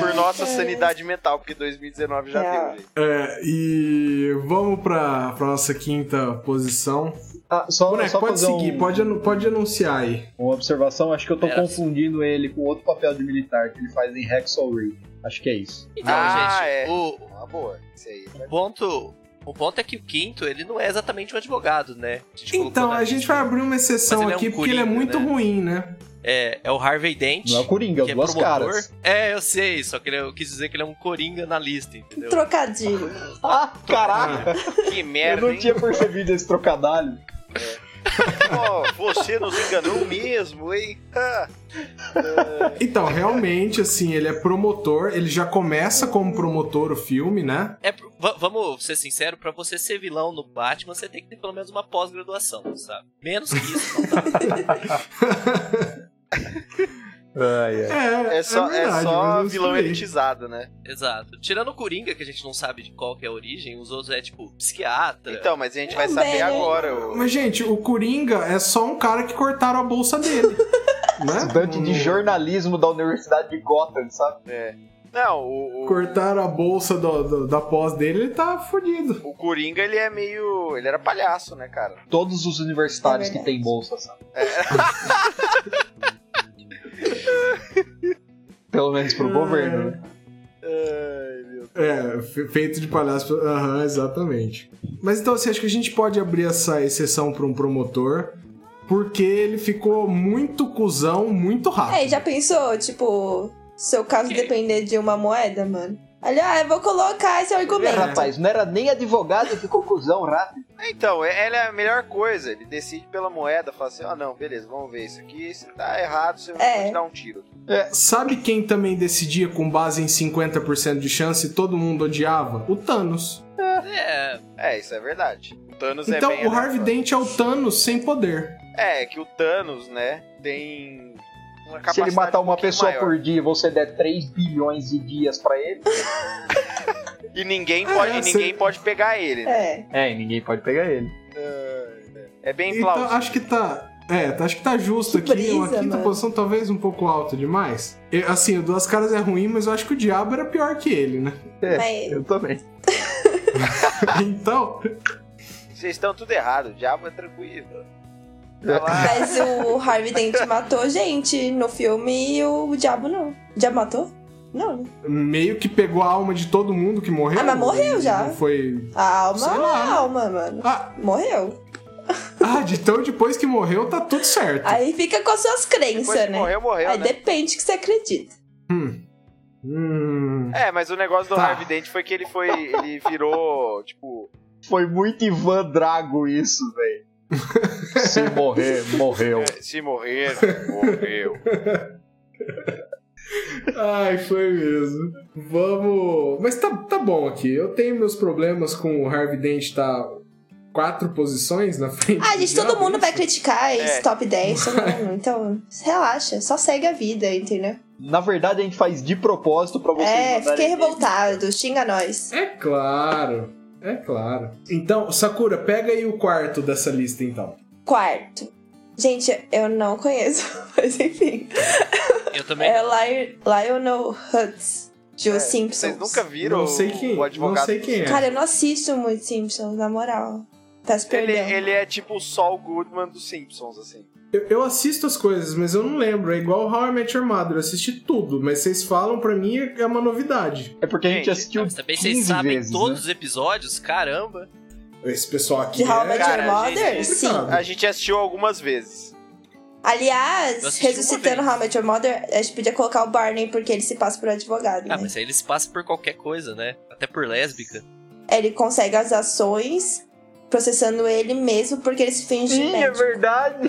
Speaker 2: Por nossa sanidade mental, porque 2019 já
Speaker 3: É.
Speaker 2: deu, gente.
Speaker 5: É, e vamos pra, pra nossa quinta posição.
Speaker 1: Ah, só,
Speaker 5: Boneco,
Speaker 1: só
Speaker 5: pode
Speaker 1: fazer
Speaker 5: seguir,
Speaker 1: um-
Speaker 5: pode, anu- pode anunciar aí.
Speaker 1: uma observação. Acho que eu tô
Speaker 4: Pera.
Speaker 1: confundindo ele com outro papel de militar que ele faz em Hacksaw Ridge. Acho que é isso.
Speaker 4: Então,
Speaker 2: Ah,
Speaker 4: gente,
Speaker 2: é.
Speaker 4: o,
Speaker 2: Uma boa. Isso aí.
Speaker 4: o ponto. O ponto é que o quinto, ele não é exatamente um advogado, né? A gente colocou
Speaker 5: Então,
Speaker 4: na
Speaker 5: a gente
Speaker 4: lista.
Speaker 5: vai abrir uma exceção
Speaker 4: Mas ele é um
Speaker 5: aqui porque ele é
Speaker 4: coringa,
Speaker 5: muito
Speaker 4: né?
Speaker 5: ruim, né?
Speaker 4: É, é o Harvey Dent.
Speaker 1: Não é o Coringa, é os
Speaker 4: que é
Speaker 1: duas
Speaker 4: promotor.
Speaker 1: caras.
Speaker 4: É, eu sei, só que ele é- eu quis dizer que ele é um coringa na lista, entendeu?
Speaker 3: Trocadilho.
Speaker 1: Ah, caraca!
Speaker 2: Que
Speaker 1: Eu
Speaker 2: merda,
Speaker 1: não
Speaker 2: hein?
Speaker 1: tinha percebido esse trocadalho.
Speaker 2: Ó, você nos enganou mesmo, hein? Ah.
Speaker 5: Então, realmente, assim, ele é promotor, ele já começa como promotor o filme, né?
Speaker 4: É, pro- va- vamos ser sincero, pra você ser vilão no Batman, você tem que ter pelo menos uma pós-graduação, sabe? Menos que isso.
Speaker 5: É,
Speaker 2: É só, é
Speaker 5: verdade,
Speaker 2: só
Speaker 5: mas eu
Speaker 2: vilão
Speaker 5: sei.
Speaker 2: elitizado, né?
Speaker 4: Exato. Tirando o Coringa, que a gente não sabe de qual que é a origem, os outros é tipo psiquiatra.
Speaker 2: Então, mas a gente vai
Speaker 3: É um
Speaker 2: saber
Speaker 3: velho.
Speaker 2: agora. ô.
Speaker 5: Mas, gente, o Coringa é só um cara que cortaram a bolsa [laughs] dele. né?
Speaker 1: Estudante de
Speaker 5: Não-
Speaker 1: jornalismo da Universidade de Gotham, sabe?
Speaker 2: É. Não, o, o,
Speaker 5: Cortaram a bolsa do- do- da pós dele, ele tá fudido.
Speaker 2: o Coringa, ele é meio. Ele era palhaço, né, cara?
Speaker 1: Todos os universitários
Speaker 3: É
Speaker 1: que
Speaker 3: verdade.
Speaker 1: têm bolsa, sabe?
Speaker 2: É.
Speaker 1: [laughs] Pelo menos pro governo. né?
Speaker 5: É, fe- feito de palhaço. Aham, exatamente. Mas então, assim, acho que a gente pode abrir essa exceção pra um promotor, porque ele ficou muito cuzão, muito rápido.
Speaker 1: Ah.
Speaker 3: É, já pensou, tipo, seu caso depender de uma moeda, mano? Olha, ah, eu vou colocar esse
Speaker 1: É,
Speaker 3: argumento.
Speaker 1: rapaz, não era nem advogado e ficou cuzão rápido.
Speaker 2: Então, é- ela é a melhor coisa. Ele decide pela moeda, fala assim: ah, não, beleza, vamos ver isso aqui. Se tá errado, você vai
Speaker 3: É.
Speaker 2: te dar um tiro.
Speaker 5: Sabe quem também decidia com base em 50% de chance e todo mundo odiava? O Thanos.
Speaker 4: É,
Speaker 2: É, isso é verdade. O Thanos
Speaker 5: então,
Speaker 2: é bem.
Speaker 5: o Harvey
Speaker 2: aleatório.
Speaker 5: Dent é o Thanos sem poder.
Speaker 2: É, que o Thanos, né, tem. Uma
Speaker 1: Se ele
Speaker 2: capacidade
Speaker 1: matar
Speaker 2: um
Speaker 1: uma
Speaker 2: pouquinho
Speaker 1: pessoa
Speaker 2: maior.
Speaker 1: por dia e você der 3 bilhões de dias pra ele.
Speaker 2: E ninguém
Speaker 5: É,
Speaker 2: pode, e
Speaker 5: você-
Speaker 2: ninguém pode pegar ele, né?
Speaker 3: É.
Speaker 1: É, e ninguém pode pegar ele.
Speaker 2: É bem
Speaker 5: Então,
Speaker 2: plausível.
Speaker 5: acho que tá. É, tá- acho que tá justo
Speaker 3: Que
Speaker 5: aqui. uma
Speaker 3: brisa,
Speaker 5: quinta
Speaker 3: mano.
Speaker 5: posição talvez um pouco alta demais. E, assim, o Duas Caras é ruim, mas eu acho que o Diabo era pior que ele, né? [laughs]
Speaker 3: Mas-
Speaker 1: É, Eu também.
Speaker 5: Então,
Speaker 2: Vocês estão tudo errado, o diabo é tranquilo.
Speaker 1: É.
Speaker 2: Tá lá.
Speaker 3: Mas o Harvey Dent matou gente no filme e o diabo não. O diabo matou? Não. né?
Speaker 5: meio que pegou a alma de todo mundo que morreu.
Speaker 3: Ah, mas morreu já.
Speaker 5: Não Foi.
Speaker 3: A alma
Speaker 5: Sei
Speaker 3: é
Speaker 5: lá, né?
Speaker 3: a alma, mano.
Speaker 5: Ah,
Speaker 3: Morreu.
Speaker 5: ah, de- então depois que morreu, tá tudo certo.
Speaker 3: Aí fica com as suas
Speaker 2: Depois
Speaker 3: crenças,
Speaker 2: que
Speaker 3: né?
Speaker 2: morreu, morreu,
Speaker 3: Aí
Speaker 2: né?
Speaker 3: depende que você acredita.
Speaker 5: Hum.
Speaker 2: É, mas o negócio do
Speaker 5: Tá.
Speaker 2: Harvey Dent foi que ele foi. Ele virou, tipo.
Speaker 1: Foi muito Ivan Drago isso, velho. [laughs] Se morrer, morreu.
Speaker 2: é, Se morrer, morreu.
Speaker 5: Ai, foi mesmo. Vamos. Mas tá, tá bom aqui. Eu tenho meus problemas com o Harvey Dent tá quatro posições na frente.
Speaker 3: Ah,
Speaker 5: do
Speaker 3: gente, todo
Speaker 5: Diabo,
Speaker 3: mundo
Speaker 5: isso?
Speaker 3: vai criticar esse
Speaker 2: É.
Speaker 3: top 10, todo mundo. Então, relaxa, só segue a vida, entendeu?
Speaker 1: Na verdade, a gente faz de propósito pra vocês.
Speaker 3: é,
Speaker 1: mandarem
Speaker 3: fiquei
Speaker 1: bem.
Speaker 3: revoltado, xinga nós.
Speaker 5: É claro, é claro. Então, Sakura, pega aí o quarto dessa lista, então.
Speaker 3: Quarto. Gente, eu não conheço, [laughs] mas enfim.
Speaker 4: Eu também.
Speaker 3: É Lion- Lionel Hutz, de Os Simpsons.
Speaker 2: É, Vocês nunca viram
Speaker 5: não sei quem,
Speaker 2: o advogado?
Speaker 5: não sei quem é.
Speaker 3: Cara, eu não assisto muito Simpsons, na moral. Peço
Speaker 2: Ele,
Speaker 3: perdão.
Speaker 2: ele é tipo o Saul Goodman dos Simpsons, assim.
Speaker 5: Eu, eu assisto as coisas, mas eu não lembro. É igual How I Met Your Mother, eu assisti tudo, mas vocês falam pra mim é uma novidade.
Speaker 1: É porque a gente
Speaker 2: Gente,
Speaker 1: assistiu.
Speaker 4: Mas também vocês
Speaker 1: 15
Speaker 4: sabem
Speaker 1: vezes,
Speaker 4: todos
Speaker 1: né?
Speaker 4: os episódios, caramba.
Speaker 5: Esse pessoal aqui
Speaker 3: De How I
Speaker 5: é...
Speaker 3: Met Your
Speaker 2: Cara,
Speaker 3: Mother?
Speaker 2: gente,
Speaker 3: Sim.
Speaker 5: complicado.
Speaker 2: A gente assistiu algumas vezes.
Speaker 4: Eu
Speaker 3: Aliás,
Speaker 4: assisti uma
Speaker 3: ressuscitando
Speaker 4: vez.
Speaker 3: How I Met Your Mother, a gente podia colocar o Barney porque ele se passa por advogado, né?
Speaker 4: Ah, mas aí eles passam por qualquer coisa, né? Até por lésbica.
Speaker 3: Ele consegue as ações processando ele mesmo porque ele se finge
Speaker 2: é
Speaker 3: médico.
Speaker 1: verdade.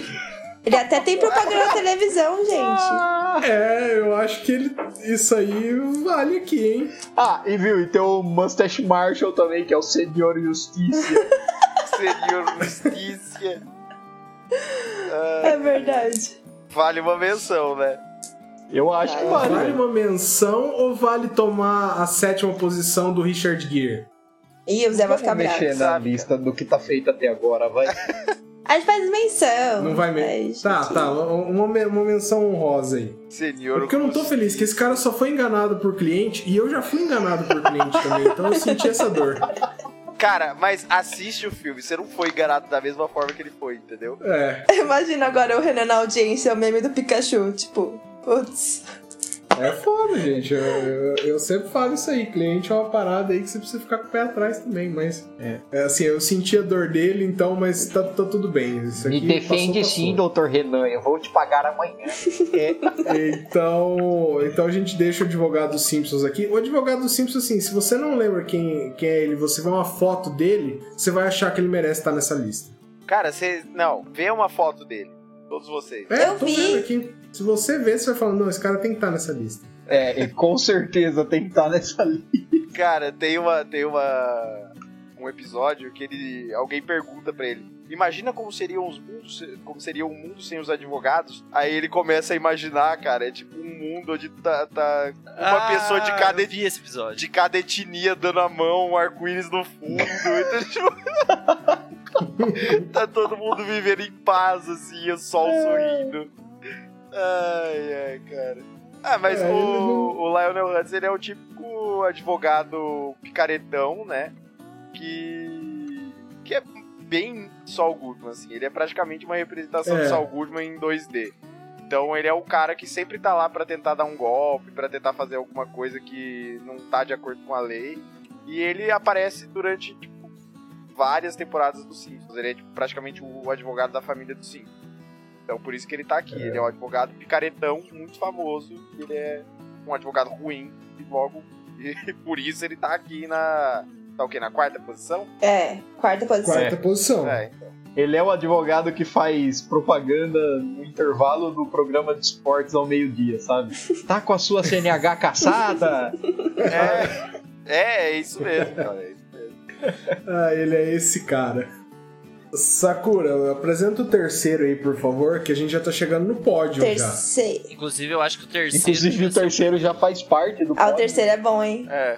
Speaker 3: Ele até tem propaganda na televisão, gente.
Speaker 5: É, eu acho que ele... isso aí vale aqui, hein?
Speaker 1: Ah, e viu, e tem o Mustache Marshall também, que é o Senhor Justiça.
Speaker 2: Senhor Justiça. Ah.
Speaker 3: É verdade.
Speaker 2: Vale uma menção, né?
Speaker 1: Eu acho que
Speaker 3: Cara,
Speaker 1: vale.
Speaker 5: Vale
Speaker 1: velho.
Speaker 5: uma menção ou vale tomar a sétima posição do Richard Gere?
Speaker 3: Ih, o Zé vai ficar
Speaker 1: Vamos
Speaker 3: bravo.
Speaker 1: mexer na
Speaker 2: sabe,
Speaker 1: lista do que tá feito até agora, vai.
Speaker 3: A gente faz menção.
Speaker 5: Não vai
Speaker 3: mas-
Speaker 5: mesmo. Tá, tá, uma, uma menção honrosa aí. É
Speaker 2: Senhor
Speaker 5: porque eu não tô
Speaker 2: Augusto.
Speaker 5: feliz, que esse cara só foi enganado por cliente e eu já fui enganado por cliente também, então eu senti essa dor.
Speaker 2: Cara, mas assiste o filme. Você não foi enganado da mesma forma que ele foi, entendeu?
Speaker 5: É,
Speaker 3: [laughs] Imagina agora o Renan na audiência, o meme do Pikachu. Tipo, putz.
Speaker 5: é foda, gente. Eu, eu- eu sempre falo isso aí, cliente é uma parada aí que você precisa ficar com o pé atrás também, mas. É, é assim, eu senti a dor dele, então, mas tá, tá tudo bem. Isso aqui
Speaker 1: Me defende
Speaker 5: passou,
Speaker 1: sim,
Speaker 5: passou.
Speaker 1: doutor Renan. Eu vou te pagar amanhã.
Speaker 5: Então, então a gente deixa o advogado dos Simpsons aqui. O advogado dos Simpsons, assim, se você não lembra quem, quem é ele, você vê uma foto dele, você vai achar que ele merece estar nessa lista.
Speaker 2: Cara, você. Não, vê uma foto dele. Todos vocês.
Speaker 5: É,
Speaker 3: Eu
Speaker 5: tô
Speaker 3: vi.
Speaker 5: vendo aqui. Se você ver, você vai falar, não, esse cara tem que estar nessa lista.
Speaker 1: É, e com certeza tem que estar nessa lista.
Speaker 2: Cara, tem uma. Tem uma. Um episódio que ele. Alguém pergunta pra ele. Imagina como seriam os mundos. Como seria um mundo sem os advogados. Aí ele começa a imaginar, cara. É tipo um mundo onde tá. tá uma pessoa de cada,
Speaker 4: Ah, Eu vi esse episódio.
Speaker 2: de cada etnia dando a mão, um arco-íris no fundo. [laughs] Então, tipo, tá todo mundo vivendo em paz, assim, o sol
Speaker 5: É.
Speaker 2: sorrindo. Ai, ai, cara. Ah, mas
Speaker 5: É,
Speaker 2: o,
Speaker 5: ele não-
Speaker 2: o Lionel Hutz, ele é o típico advogado picaretão, né? Que. que é bem Saul Goodman, assim. Ele é praticamente uma representação
Speaker 5: É.
Speaker 2: de Saul Goodman em 2D. Então ele é o cara que sempre tá lá pra tentar dar um golpe, pra tentar fazer alguma coisa que não tá de acordo com a lei. E ele aparece durante tipo, várias temporadas do Simpsons. Ele é tipo, praticamente o advogado da família do Simpsons. Então por isso que ele tá aqui. Ele é um advogado picaretão, muito famoso. Ele é um advogado ruim e logo [laughs] e por isso ele tá aqui na tá o quê? Na quarta posição?
Speaker 3: É, quarta posição.
Speaker 5: Quarta posição.
Speaker 2: É,
Speaker 1: Ele é o advogado que faz propaganda no intervalo do programa de esportes ao meio-dia, sabe? Tá com a sua CNH caçada?
Speaker 2: É, é, é isso mesmo, cara. É isso mesmo.
Speaker 5: Ah, ele é esse cara. Sakura, apresenta o terceiro aí, por favor, que a gente já tá chegando no pódio já.
Speaker 3: Terceiro.
Speaker 4: Inclusive, eu acho que o terceiro.
Speaker 1: Inclusive, o terceiro já faz parte do
Speaker 3: Ah, o
Speaker 1: pódio.
Speaker 3: terceiro é bom, hein?
Speaker 2: É.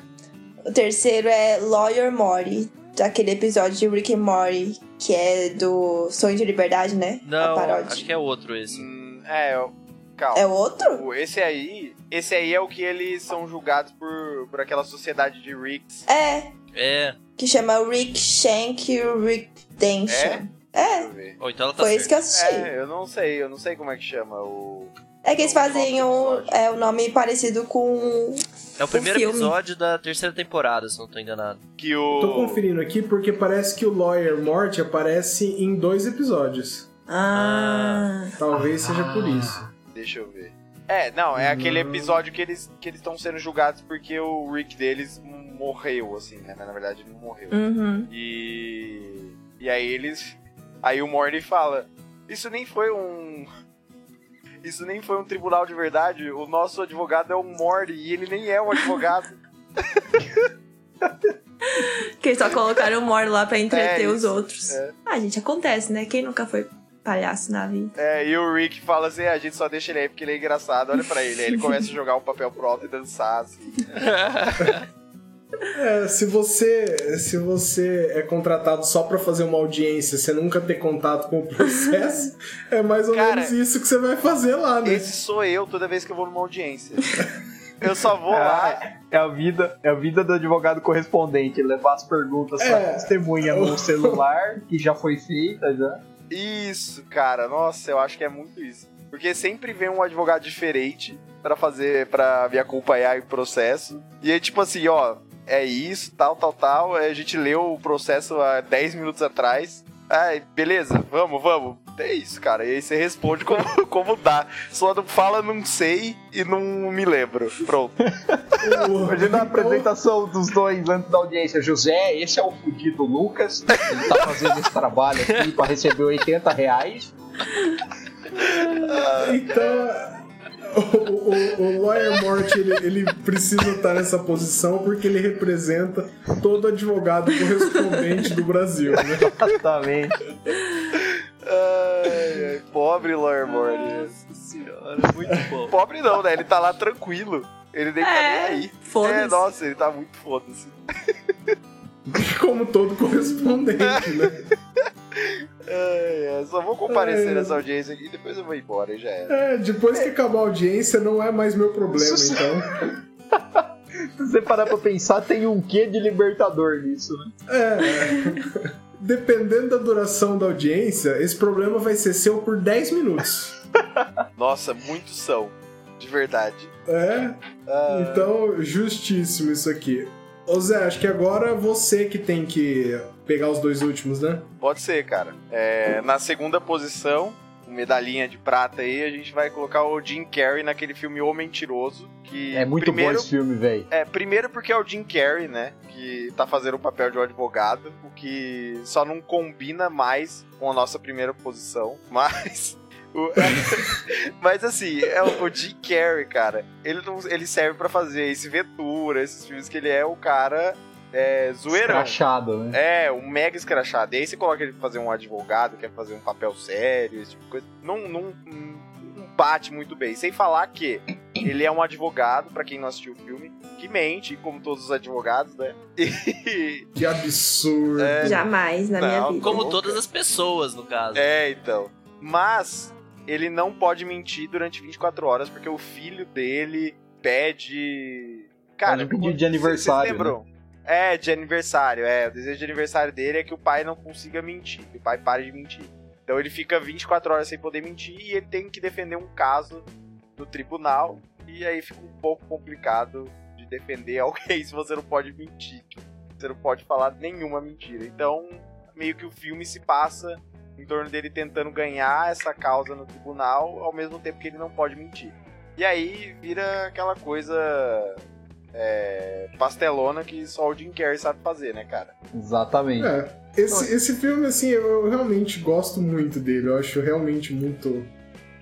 Speaker 3: O terceiro é Lawyer Mori, aquele episódio de Rick and Morty, que é do Sonho de Liberdade, né? A
Speaker 4: Não,
Speaker 3: paródia.
Speaker 4: acho que é outro esse.
Speaker 2: Hum, é, eu- calma.
Speaker 3: É outro?
Speaker 2: O- Esse aí, esse aí é o que eles são julgados por, por aquela sociedade de Ricks.
Speaker 3: É,
Speaker 4: É,
Speaker 3: que chama Rick Shank Redemption.
Speaker 2: Deixa
Speaker 3: É,
Speaker 2: eu ver.
Speaker 4: ou então ela tá
Speaker 3: foi isso que
Speaker 4: certa.
Speaker 3: eu assisti. É,
Speaker 2: É, eu não sei, eu não sei como é que chama o.
Speaker 3: que eles fazem um, é, um nome parecido com.
Speaker 4: É o primeiro
Speaker 3: filme.
Speaker 4: episódio da terceira temporada, se não tô enganado.
Speaker 2: Que o.
Speaker 5: Tô conferindo aqui porque parece que o Lawyer Morty aparece em dois episódios.
Speaker 4: Ah.
Speaker 5: Talvez seja por isso.
Speaker 2: Deixa eu ver. É, não, é aquele
Speaker 5: Hum.
Speaker 2: episódio que eles que eles estão sendo julgados porque o Rick deles morreu, assim, né? Mas, Na verdade, ele não morreu.
Speaker 3: Uhum.
Speaker 2: E. E aí eles. Aí o Morty fala: Isso nem foi um. Isso nem foi um tribunal de verdade. O nosso advogado é o Morty e ele nem é um advogado.
Speaker 3: Que eles só colocaram o Mor lá pra
Speaker 2: entreter É, os isso.
Speaker 3: outros.
Speaker 2: É.
Speaker 3: Ah, gente, acontece, né? Quem nunca foi palhaço na vida?
Speaker 2: é, e o Rick fala assim: A gente só deixa ele aí porque ele é engraçado. Olha pra ele. Aí ele começa a jogar um papel pro alto e dançar. Assim.
Speaker 5: É, se você, se você é contratado só pra fazer uma audiência, você nunca ter contato com o [laughs] processo, é mais ou
Speaker 2: Cara,
Speaker 5: menos isso que você vai fazer lá, né?
Speaker 2: Esse sou eu toda vez que eu vou numa audiência. Eu só vou lá.
Speaker 1: É a vida, é a vida do advogado correspondente, levar as perguntas
Speaker 5: É.
Speaker 1: pra testemunha
Speaker 5: [laughs]
Speaker 1: no celular, que já foi feita já.
Speaker 2: Isso, cara. Nossa, eu acho que é muito isso. Porque sempre vem um advogado diferente pra fazer, para me acompanhar em processo. E aí, tipo assim, ó, é isso, tal, tal, tal. A gente leu o processo há 10 minutos atrás. Ai, beleza, vamos, vamos. É isso, cara. E aí você responde como, [laughs] como dá. Só não fala não sei e não me lembro. Pronto.
Speaker 5: O-
Speaker 1: [laughs] Imagina a
Speaker 5: então,
Speaker 1: apresentação dos dois antes da audiência. José, esse é o fudido Lucas, ele tá fazendo esse trabalho aqui pra receber 80 reais.
Speaker 5: Então. O, o, o Lawyer Morty ele, ele precisa estar nessa posição porque ele representa todo advogado correspondente do Brasil, né?
Speaker 1: Exatamente.
Speaker 2: Ai, ai, pobre Lawyer Morty.
Speaker 4: Nossa senhora, muito
Speaker 2: [laughs]
Speaker 4: bom.
Speaker 2: Pobre não, né? Ele tá lá tranquilo. Ele nem tá
Speaker 3: É,
Speaker 2: nem aí.
Speaker 3: foda-se.
Speaker 2: É, nossa, ele tá muito foda-se.
Speaker 5: Como todo correspondente, né?
Speaker 2: Ai, ai, só vou comparecer
Speaker 5: É.
Speaker 2: nessa audiência aqui e depois eu vou embora e já era.
Speaker 5: É, depois que acabar a audiência não é mais meu problema,
Speaker 1: Isso-
Speaker 5: então.
Speaker 1: Se você parar pra pensar, tem um quê de libertador nisso, né?
Speaker 5: É. Dependendo da duração da audiência, esse problema vai ser seu por 10 minutos.
Speaker 2: Nossa, muito são. De verdade.
Speaker 5: É,
Speaker 2: Ah,
Speaker 5: então justíssimo isso aqui. Ô Zé, acho que agora você que tem que pegar os dois últimos, né?
Speaker 2: pode ser, cara. É, na segunda posição, com medalhinha de prata aí, a gente vai colocar o Jim Carrey naquele filme O Mentiroso. Que
Speaker 1: É muito
Speaker 2: primeiro,
Speaker 1: bom esse filme, velho.
Speaker 2: É, primeiro porque é o Jim Carrey, né? Que tá fazendo o papel de um advogado, o que só não combina mais com a nossa primeira posição, [laughs] mas. o- [laughs] mas assim, é o, o Jim Carrey, cara, ele, não, ele serve pra fazer esse Ventura, esses filmes que ele é o cara é, zoeirão.
Speaker 1: Crachado, né?
Speaker 2: É, um mega escrachado. E aí você coloca ele pra fazer um advogado, quer fazer um papel sério, esse tipo de coisa. Não, não, não bate muito bem. Sem falar que ele é um advogado, pra quem não assistiu o filme, que mente, como todos os advogados, né? [laughs] E-
Speaker 5: Que absurdo.
Speaker 2: É.
Speaker 3: Jamais na
Speaker 2: Não,
Speaker 3: minha vida.
Speaker 4: Como todas as pessoas, no caso.
Speaker 2: é, então. Mas ele não pode mentir durante 24 horas, porque o filho dele pede. Cara,
Speaker 1: Mas não pediu de
Speaker 2: vocês- vocês
Speaker 1: aniversário, né?
Speaker 2: lembram? É, de aniversário, é. O desejo de aniversário dele é que o pai não consiga mentir, que o pai pare de mentir. Então ele fica 24 horas sem poder mentir e ele tem que defender um caso no tribunal. E aí fica um pouco complicado de defender [laughs] alguém se você não pode mentir. Você não pode falar nenhuma mentira. Então, meio que o filme se passa em torno dele tentando ganhar essa causa no tribunal, ao mesmo tempo que ele não pode mentir. E aí vira aquela coisa é, pastelona que só o Jim Carrey sabe fazer, né, cara?
Speaker 1: Exatamente.
Speaker 5: É, esse, esse filme, assim, eu, eu realmente gosto muito dele. Eu acho realmente muito,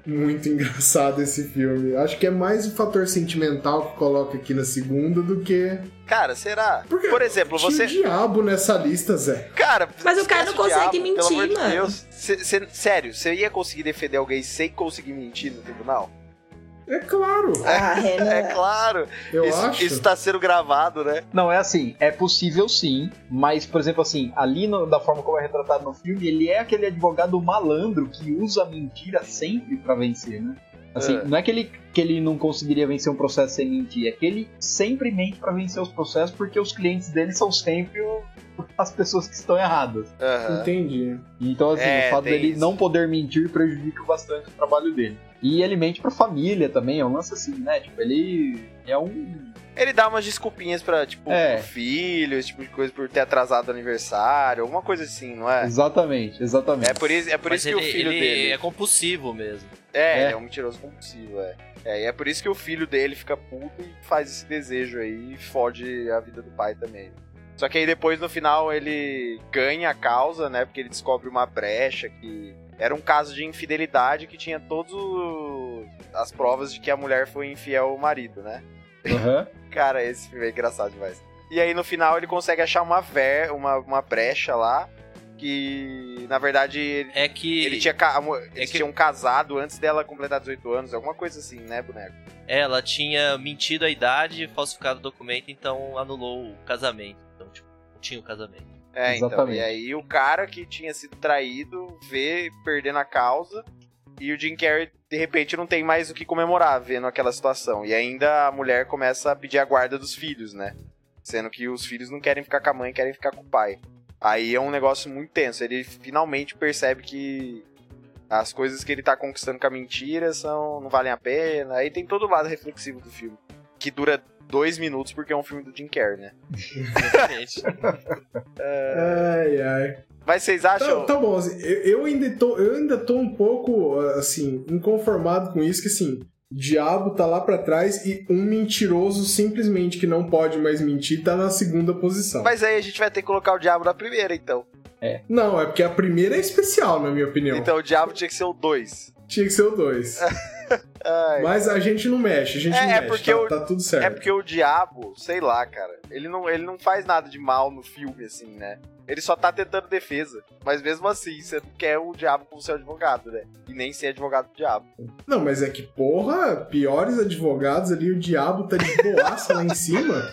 Speaker 5: muito [laughs] engraçado esse filme. Acho que é mais o fator sentimental que coloca aqui na segunda do que.
Speaker 2: Cara, será?
Speaker 5: Porque
Speaker 2: Por exemplo,
Speaker 5: Tinha
Speaker 2: você.
Speaker 5: o diabo nessa lista, Zé.
Speaker 2: Cara,
Speaker 3: Mas o cara
Speaker 2: esquece
Speaker 3: não consegue
Speaker 2: diabo, pelo amor
Speaker 3: mentir,
Speaker 2: de
Speaker 3: mano.
Speaker 2: Deus. Cê- cê- sério, você ia conseguir defender alguém sem conseguir mentir no tribunal?
Speaker 5: É claro,
Speaker 3: Ah,
Speaker 2: É
Speaker 3: Renan.
Speaker 2: claro.
Speaker 5: eu
Speaker 2: isso,
Speaker 5: acho.
Speaker 2: isso tá sendo gravado, né?
Speaker 1: Não, é assim, é possível sim, mas, por exemplo, assim, ali no- da forma como é retratado no filme, ele é aquele advogado malandro que usa a mentira sempre pra vencer, né? Assim,
Speaker 2: É.
Speaker 1: não é que ele, que ele não conseguiria vencer um processo sem mentir, é que ele sempre mente pra vencer os processos porque os clientes dele são sempre o- [laughs] as pessoas que estão erradas.
Speaker 2: Aham.
Speaker 5: Entendi.
Speaker 1: Então, assim,
Speaker 2: É,
Speaker 1: o fato
Speaker 2: tem
Speaker 1: dele
Speaker 2: isso.
Speaker 1: não poder mentir prejudica bastante o trabalho dele. E ele mente pra família também, é um lance assim, né? Tipo, ele é um
Speaker 2: Ele dá umas desculpinhas pra, tipo,
Speaker 1: É.
Speaker 2: pro filho, esse tipo de coisa, por ter atrasado o aniversário, alguma coisa assim, não é?
Speaker 1: Exatamente, exatamente.
Speaker 2: É por isso, é por
Speaker 4: Mas
Speaker 2: isso
Speaker 4: ele,
Speaker 2: que o filho
Speaker 4: ele
Speaker 2: dele.
Speaker 4: é compulsivo mesmo.
Speaker 1: É.
Speaker 2: É, ele é um mentiroso compulsivo, é. É, e é por isso que o filho dele fica puto e faz esse desejo aí e fode a vida do pai também. Só que aí depois, no final, ele ganha a causa, né? Porque ele descobre uma brecha que era um caso de infidelidade que tinha todas as provas de que a mulher foi infiel ao marido, né?
Speaker 1: Aham.
Speaker 2: Cara, esse filme é engraçado demais. E aí no final ele consegue achar uma ver, uma, uma brecha lá que na verdade ele,
Speaker 4: É que é
Speaker 2: ele tinha ca- mo- eles
Speaker 4: que-
Speaker 2: tinham casado antes dela completar 18 anos, alguma coisa assim, né, boneco?
Speaker 4: é, ela tinha mentido a idade, falsificado o documento, então anulou o casamento. Então, tipo, não tinha o casamento.
Speaker 2: É, então.
Speaker 1: Exatamente.
Speaker 2: E aí o cara que tinha sido traído vê perdendo a causa e o Jim Carrey de repente não tem mais o que comemorar vendo aquela situação. E ainda a mulher começa a pedir a guarda dos filhos, né? Sendo que os filhos não querem ficar com a mãe, querem ficar com o pai. Aí é um negócio muito tenso. Ele finalmente percebe que as coisas que ele tá conquistando com a mentira são não valem a pena. Aí tem todo o lado reflexivo do filme, que dura dois minutos porque é um filme do Jim Carrey, né?
Speaker 4: Exatamente.
Speaker 2: É.
Speaker 5: Ai, ai.
Speaker 2: Mas vocês
Speaker 5: Tá,
Speaker 2: acham?
Speaker 5: tá bom, assim, eu, eu ainda tô, eu ainda tô um pouco, assim, inconformado com isso, que assim, o diabo tá lá pra trás e um mentiroso simplesmente que não pode mais mentir tá na segunda posição.
Speaker 2: Mas aí a gente vai ter que colocar o diabo na primeira, então.
Speaker 5: Não, é porque a primeira é especial, na minha opinião.
Speaker 2: Então o diabo tinha que ser o 2.
Speaker 5: Tinha que ser o dois. Mas a gente não mexe, a gente
Speaker 2: É,
Speaker 5: não
Speaker 2: é
Speaker 5: mexe,
Speaker 2: porque
Speaker 5: tá,
Speaker 2: o-
Speaker 5: tá tudo certo.
Speaker 2: É porque o diabo, sei lá, cara, ele não, ele não faz nada de mal no filme, assim, né? Ele só tá tentando defesa. Mas mesmo assim, você não quer o diabo como seu advogado, né? E nem ser advogado do diabo. [laughs]
Speaker 5: Não, mas é que, porra, piores advogados ali, o diabo tá de boaça lá
Speaker 2: [laughs]
Speaker 5: em cima.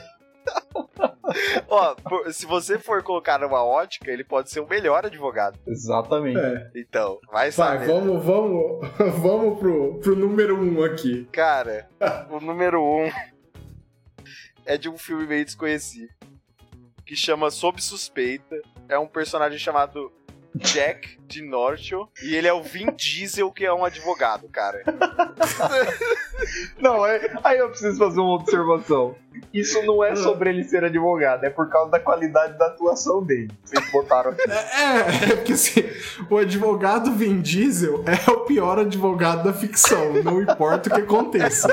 Speaker 2: Ó, por- se você for colocar numa ótica, ele pode ser o melhor advogado.
Speaker 1: Exatamente.
Speaker 5: É.
Speaker 2: Então, vai
Speaker 5: Vai,
Speaker 2: saber.
Speaker 5: vamos, vamos, [laughs] vamos pro, pro número um aqui.
Speaker 2: Cara, o número um é de um filme meio desconhecido que chama Sob Suspeita. É um personagem chamado Jack de Nortio e ele é o Vin Diesel que é um advogado, cara.
Speaker 1: Não, aí, aí eu preciso fazer uma observação. Isso não é sobre ele ser advogado, é por causa da qualidade da atuação dele. Vocês botaram aqui.
Speaker 5: É, é porque assim, o advogado Vin Diesel é o pior advogado da ficção, não importa o que aconteça.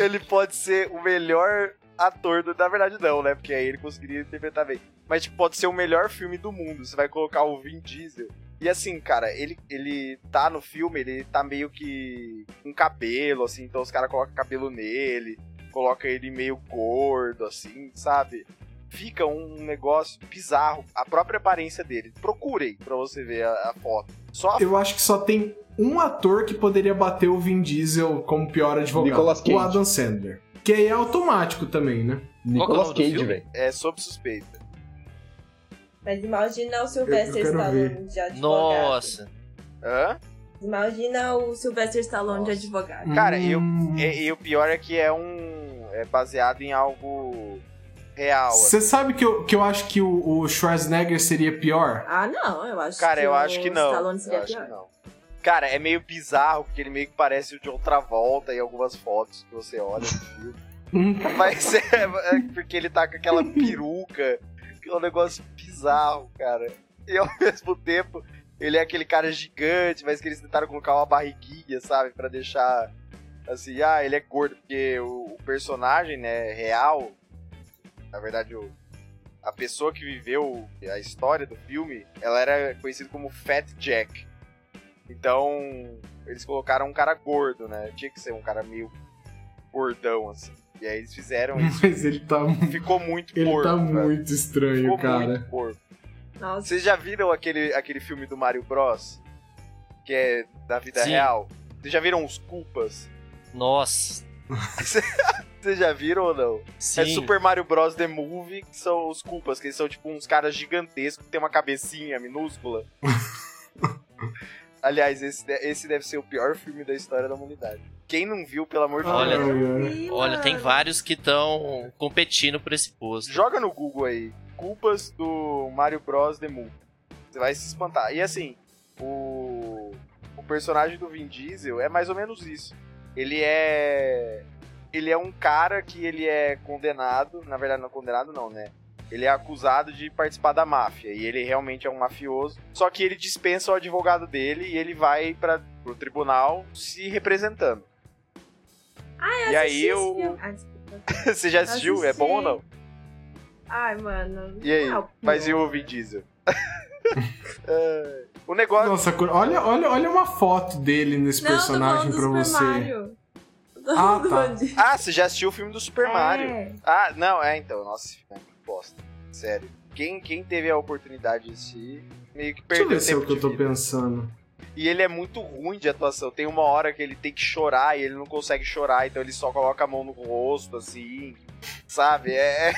Speaker 2: Ele pode ser o melhor ator do... na verdade não, né? Porque aí ele conseguiria interpretar bem. Mas tipo, pode ser o melhor filme do mundo. Você vai colocar o Vin Diesel. E assim, cara, ele, ele tá no filme, ele tá meio que com cabelo, assim, então os caras colocam cabelo nele, coloca ele meio gordo, assim, sabe? Fica um negócio bizarro, a própria aparência dele. Procurem pra você ver a, a foto. Só a
Speaker 5: Eu acho que só tem um ator que poderia bater o Vin Diesel como pior advogado.
Speaker 1: Nicolas Cage.
Speaker 5: O Adam Sandler. Que aí é automático também, né?
Speaker 1: Nicolas
Speaker 4: nome do
Speaker 1: Cage,
Speaker 4: filme?
Speaker 1: velho.
Speaker 2: é sob suspeita.
Speaker 3: Mas imagina o Sylvester
Speaker 5: Eu quero
Speaker 3: Stallone de advogado.
Speaker 4: [laughs] Nossa.
Speaker 2: Hã?
Speaker 3: Imagina o Sylvester Stallone de advogado.
Speaker 2: Cara, eu-
Speaker 5: Hum.
Speaker 2: E, e o pior é que é um. É baseado em algo real. assim.
Speaker 5: Você sabe que eu, que eu acho que o, o Schwarzenegger seria pior? [laughs]
Speaker 3: Ah, não, eu acho
Speaker 2: Cara,
Speaker 3: que
Speaker 2: eu
Speaker 3: o
Speaker 2: acho que não.
Speaker 3: Stallone
Speaker 2: Eu
Speaker 3: seria
Speaker 2: acho que
Speaker 3: pior.
Speaker 2: não. Cara, é meio bizarro, porque ele meio que parece o de outra volta em algumas fotos que você olha no filme. [laughs]
Speaker 5: Hum.
Speaker 2: Mas é, é porque ele tá com aquela peruca, que é um negócio bizarro, cara. E ao [laughs] mesmo tempo, ele é aquele cara gigante, mas que eles tentaram colocar uma barriguinha, sabe? Pra deixar assim, ah, ele é gordo, porque o, o personagem, né, real, na verdade, o, a pessoa que viveu a história do filme, ela era conhecida como Fat Jack. Então, eles colocaram um cara gordo, né? Tinha que ser um cara meio gordão, assim. E aí eles fizeram
Speaker 5: [laughs]
Speaker 2: isso.
Speaker 5: Mas ele tá,
Speaker 2: Ficou muito
Speaker 5: ele
Speaker 2: porco.
Speaker 5: tá
Speaker 2: velho.
Speaker 5: muito estranho,
Speaker 2: Ficou
Speaker 5: cara.
Speaker 2: muito porco.
Speaker 3: Nossa,
Speaker 2: Vocês já viram aquele, aquele filme do Mario Bros? Que é da vida
Speaker 4: Sim.
Speaker 2: real? Vocês já viram os culpas?
Speaker 4: Nossa.
Speaker 2: Vocês já viram ou não?
Speaker 4: Sim.
Speaker 2: É Super Mario Bros. The Movie, que são os culpas, que eles são tipo uns caras gigantescos que tem uma cabecinha
Speaker 4: [laughs]
Speaker 2: minúscula. Aliás, esse, de- esse deve ser o pior filme da história da humanidade. Quem não viu, pelo amor de
Speaker 4: Olha.
Speaker 2: Deus,
Speaker 5: é.
Speaker 3: Ih,
Speaker 4: Olha,
Speaker 3: mano.
Speaker 4: tem vários que estão competindo por esse posto.
Speaker 2: joga no Google aí. Culpas do Mario Bros. The Movie. Você vai se espantar. E assim, o, o personagem do Vin Diesel é mais ou menos isso. Ele é. Ele é um cara que ele é condenado. Na verdade, não é condenado, não, né? Ele é acusado de participar da máfia. E ele realmente é um mafioso. Só que ele dispensa o advogado dele e ele vai para pro tribunal se representando.
Speaker 7: Ah, Eu
Speaker 2: e aí
Speaker 7: assisti esse
Speaker 2: eu.
Speaker 7: filme. Ah, desculpa.
Speaker 2: [laughs] Você já assistiu? É bom ou não?
Speaker 7: Ai, mano.
Speaker 2: E aí?
Speaker 3: Ah,
Speaker 7: não é o
Speaker 2: Mas e
Speaker 7: pior.
Speaker 2: o Vin Diesel? É, o negócio.
Speaker 5: Nossa, cor- olha, olha, olha uma foto dele nesse
Speaker 7: Não, tô
Speaker 5: personagem
Speaker 7: falando do Super
Speaker 5: pra você.
Speaker 7: Mario.
Speaker 5: Ah,
Speaker 7: Do-
Speaker 5: tá.
Speaker 7: do-
Speaker 2: Ah, você já assistiu o filme do Super Mario?
Speaker 7: É.
Speaker 2: Ah, não, é então. Nossa, esse filme é muito bosta. Sério. Quem, quem teve a oportunidade de assistir meio que
Speaker 5: Deixa
Speaker 2: perdeu
Speaker 5: eu ver se é
Speaker 2: tempo
Speaker 5: o que eu
Speaker 2: de
Speaker 5: tô
Speaker 2: vida.
Speaker 5: pensando.
Speaker 2: E ele é muito ruim de atuação. Tem uma hora que ele tem que chorar e ele não consegue chorar, então ele só coloca a mão no rosto, assim. Sabe? É.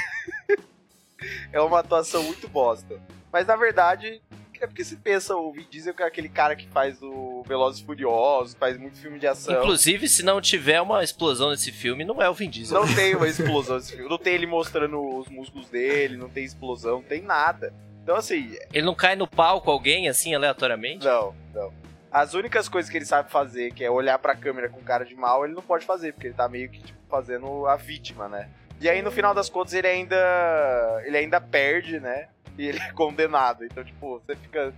Speaker 2: [laughs] é uma atuação muito bosta. Mas na verdade, é porque se pensa o Vin Diesel que é aquele cara que faz o Velozes e Furiosos, faz muito filme de ação.
Speaker 4: Inclusive, se não tiver uma explosão nesse filme, não é o Vin Diesel.
Speaker 2: Não tem uma explosão nesse filme. Não tem ele mostrando os músculos dele, não tem explosão, não tem nada. Então, assim,
Speaker 4: Ele não cai no pau com alguém, assim, aleatoriamente?
Speaker 2: Não, não. As únicas coisas que ele sabe fazer, que é olhar pra câmera com cara de mal, ele não pode fazer, porque ele tá meio que tipo, fazendo a vítima, né? E aí no final das contas ele ainda ele ainda perde, né? E ele [laughs] é condenado. Então, tipo, você
Speaker 5: [laughs]
Speaker 2: fica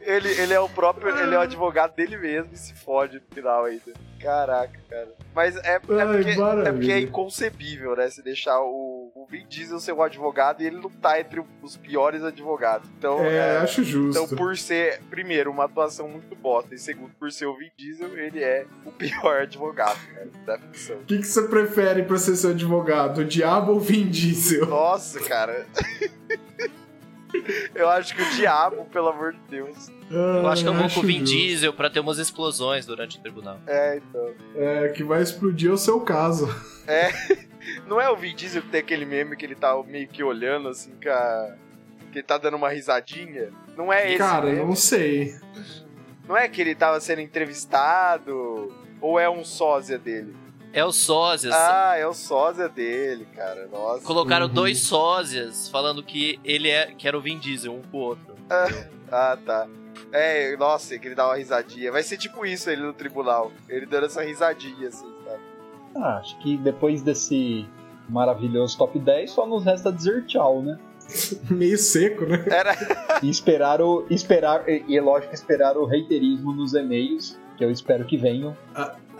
Speaker 2: ele, ele é o próprio, ele é o advogado dele mesmo e se fode no final ainda. Caraca, cara. Mas é, é, porque, é
Speaker 5: maravilha.
Speaker 2: porque é inconcebível, né? Se deixar o, o Vin Diesel ser um advogado e ele não tá entre os piores advogados. Então,
Speaker 5: É,
Speaker 2: é,
Speaker 5: acho
Speaker 2: então,
Speaker 5: justo.
Speaker 2: por ser, primeiro, uma atuação muito bosta, e segundo, por ser o Vin Diesel, ele é o pior [laughs] advogado, cara, da ficção.
Speaker 5: O que, que você prefere pra ser seu advogado? O diabo ou Vin
Speaker 2: [laughs]
Speaker 5: Diesel?
Speaker 2: Nossa, cara. [laughs] Eu acho que o diabo, pelo amor de Deus.
Speaker 4: Eu acho que eu
Speaker 5: Ah,
Speaker 4: vou com o Vin
Speaker 5: justo.
Speaker 4: Diesel pra ter umas explosões durante o tribunal.
Speaker 2: É, então.
Speaker 5: É, que vai explodir o seu caso.
Speaker 2: Não é o Vin Diesel que tem aquele meme que ele tá meio que olhando assim, com a... que ele tá dando uma risadinha? Não é esse.
Speaker 5: Cara,
Speaker 2: meme.
Speaker 5: não sei.
Speaker 2: não é que ele tava sendo entrevistado, ou é um sósia dele?
Speaker 4: É o Sósias.
Speaker 2: Ah, é o sósia dele, cara. Nossa.
Speaker 4: Colocaram
Speaker 5: Uhum.
Speaker 4: dois sósias falando que ele é, que era o Vin Diesel, um pro outro.
Speaker 2: Ah, tá. É, nossa, que ele dá uma risadinha. Vai ser tipo isso ele no tribunal. Ele dando essa risadinha, assim, sabe?
Speaker 1: Ah, acho que depois desse maravilhoso top 10, só nos resta dizer tchau, né?
Speaker 5: Meio seco, né?
Speaker 1: E esperar o. Esperar, e, e é lógico, esperar o reiterismo nos e-mails, que eu espero que venham.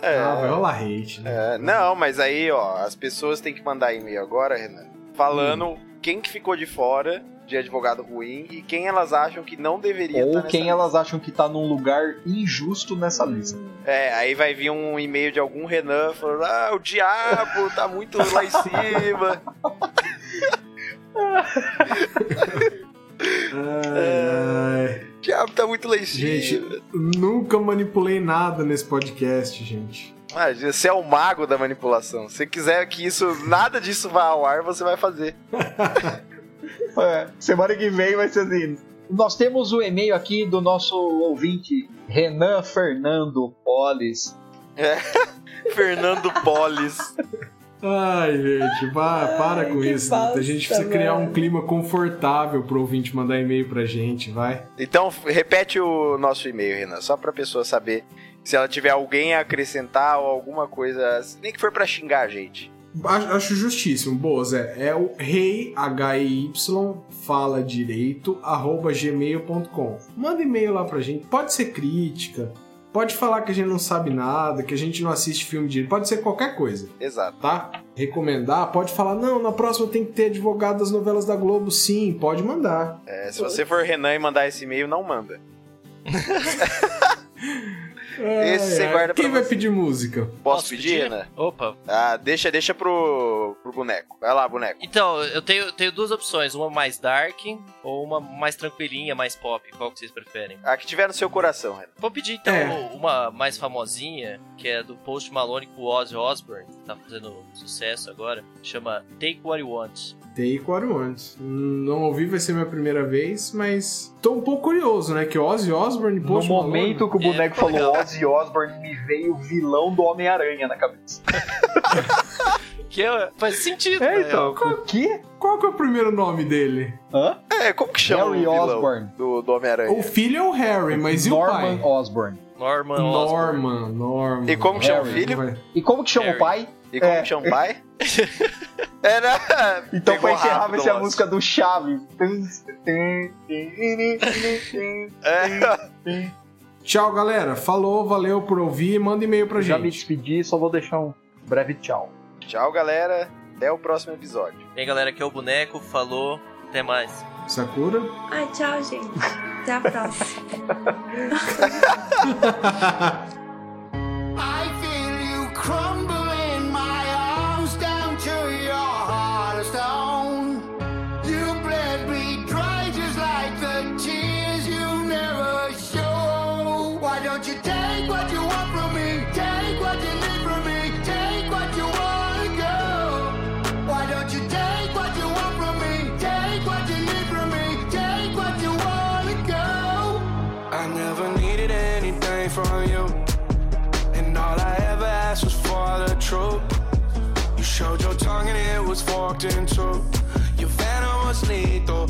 Speaker 2: É,
Speaker 5: Ah, vai rolar hate, né?
Speaker 2: é, Não, mas aí, ó, as pessoas têm que mandar e-mail agora, Renan, falando quem que ficou de fora de advogado ruim e quem elas acham que não deveria estar
Speaker 1: Ou
Speaker 2: nessa
Speaker 1: quem
Speaker 2: lista.
Speaker 1: elas acham que tá num lugar injusto nessa lista.
Speaker 2: É, aí vai vir um e-mail de algum Renan falando, ah, o diabo tá muito lá em cima. [laughs] É.
Speaker 5: Ai, ai.
Speaker 2: O diabo tá muito lá em cima.
Speaker 5: Gente. Nunca manipulei nada nesse podcast, gente.
Speaker 2: Imagina, você é o mago da manipulação. Se quiser que isso, nada disso vá ao ar, você vai fazer.
Speaker 1: É, semana que vem vai ser assim. Nós temos o e-mail aqui do nosso ouvinte, Renan Fernando Polis.
Speaker 2: Fernando Polis.
Speaker 5: Ai, gente, vá, para com
Speaker 3: que
Speaker 5: isso.
Speaker 3: bosta,
Speaker 5: a gente precisa criar
Speaker 3: mano.
Speaker 5: um clima confortável pro ouvinte mandar e-mail pra gente, vai.
Speaker 2: Então, repete o nosso e-mail, Renan, só pra pessoa saber se ela tiver alguém a acrescentar ou alguma coisa, nem que for pra xingar a gente.
Speaker 5: Acho, acho justíssimo. Boa, Zé. É o rei, H-I-Y, fala direito, arroba gmail.com. Manda e-mail lá pra gente. Pode ser crítica, pode falar que a gente não sabe nada, que a gente não assiste filme direito, pode ser qualquer coisa.
Speaker 2: Exato.
Speaker 5: tá? Recomendar, pode falar, não, na próxima tem que ter advogado das novelas da Globo, sim, pode mandar.
Speaker 2: É, se você for Renan e mandar esse e-mail, não manda.
Speaker 5: Ai,
Speaker 2: você
Speaker 5: ai.
Speaker 2: guarda pra
Speaker 5: Quem vai
Speaker 2: você.
Speaker 5: pedir música?
Speaker 2: Posso pedir, né?
Speaker 4: Opa.
Speaker 2: Ah, deixa, deixa pro, pro boneco. Vai lá, boneco.
Speaker 4: Então, eu tenho, tenho duas opções. Uma mais dark ou uma mais tranquilinha, mais pop. Qual que vocês preferem?
Speaker 2: A que tiver no seu coração, Renan.
Speaker 4: Vou pedir, então,
Speaker 5: É.
Speaker 4: uma mais famosinha, que é do Post Malone com o Ozzy Osbourne, que tá fazendo sucesso agora. Chama Take What You Want.
Speaker 5: Take What You Want. Hum, Não ouvi, vai ser minha primeira vez, mas tô um pouco curioso, né? Que Ozzy Osbourne,
Speaker 1: No
Speaker 5: Post Malone-
Speaker 1: momento que o
Speaker 4: É,
Speaker 1: boneco
Speaker 4: ficou
Speaker 1: falou
Speaker 4: legal.
Speaker 1: Ozzy Osbourne, me veio o vilão do Homem-Aranha na cabeça.
Speaker 4: Que é- faz sentido,
Speaker 1: É,
Speaker 4: né?
Speaker 1: então. O quê?
Speaker 5: Qual que é o primeiro nome dele?
Speaker 1: Hã?
Speaker 2: É, como que chama
Speaker 1: Harry
Speaker 2: o vilão
Speaker 1: Osborn.
Speaker 2: do, do Homem-Aranha?
Speaker 5: O filho é o Harry, mas
Speaker 1: Norman
Speaker 5: e o pai?
Speaker 1: Osborn.
Speaker 4: Norman Osborn.
Speaker 5: Norman, Norman.
Speaker 2: E como que chama o
Speaker 1: Harry,
Speaker 2: filho?
Speaker 5: Vai.
Speaker 1: E como que chama
Speaker 4: Harry.
Speaker 1: o pai?
Speaker 2: E como
Speaker 1: É.
Speaker 2: que chama
Speaker 1: [laughs]
Speaker 2: o pai? Era...
Speaker 1: Então
Speaker 2: Pegou
Speaker 1: pra encerrar vai
Speaker 2: rápido,
Speaker 1: ser a
Speaker 2: Ozzy.
Speaker 1: música do Chaves.
Speaker 2: É. [laughs]
Speaker 5: Tchau, galera. Falou, valeu por ouvir. Manda e-mail pra
Speaker 1: Eu já me
Speaker 5: gente.
Speaker 1: despedi, só vou deixar um breve tchau.
Speaker 2: Tchau, galera. Até o próximo episódio.
Speaker 4: Bem, galera, aqui é o boneco. Falou. Até mais.
Speaker 5: Sakura?
Speaker 3: Ai, tchau, gente. Até a próxima.
Speaker 6: I feel you crumble in my arms down to your heart of stone. You bled me dry just like the tears you never show. Why don't you take what you want from me? Take what you need from me. Take what you want, girl. Why don't you take what you want from me? Take what you need from me. Take what you want, girl.
Speaker 8: I never needed anything from you. And all I ever asked was for the truth. You showed your tongue and it was forked in two. Your venom was lethal.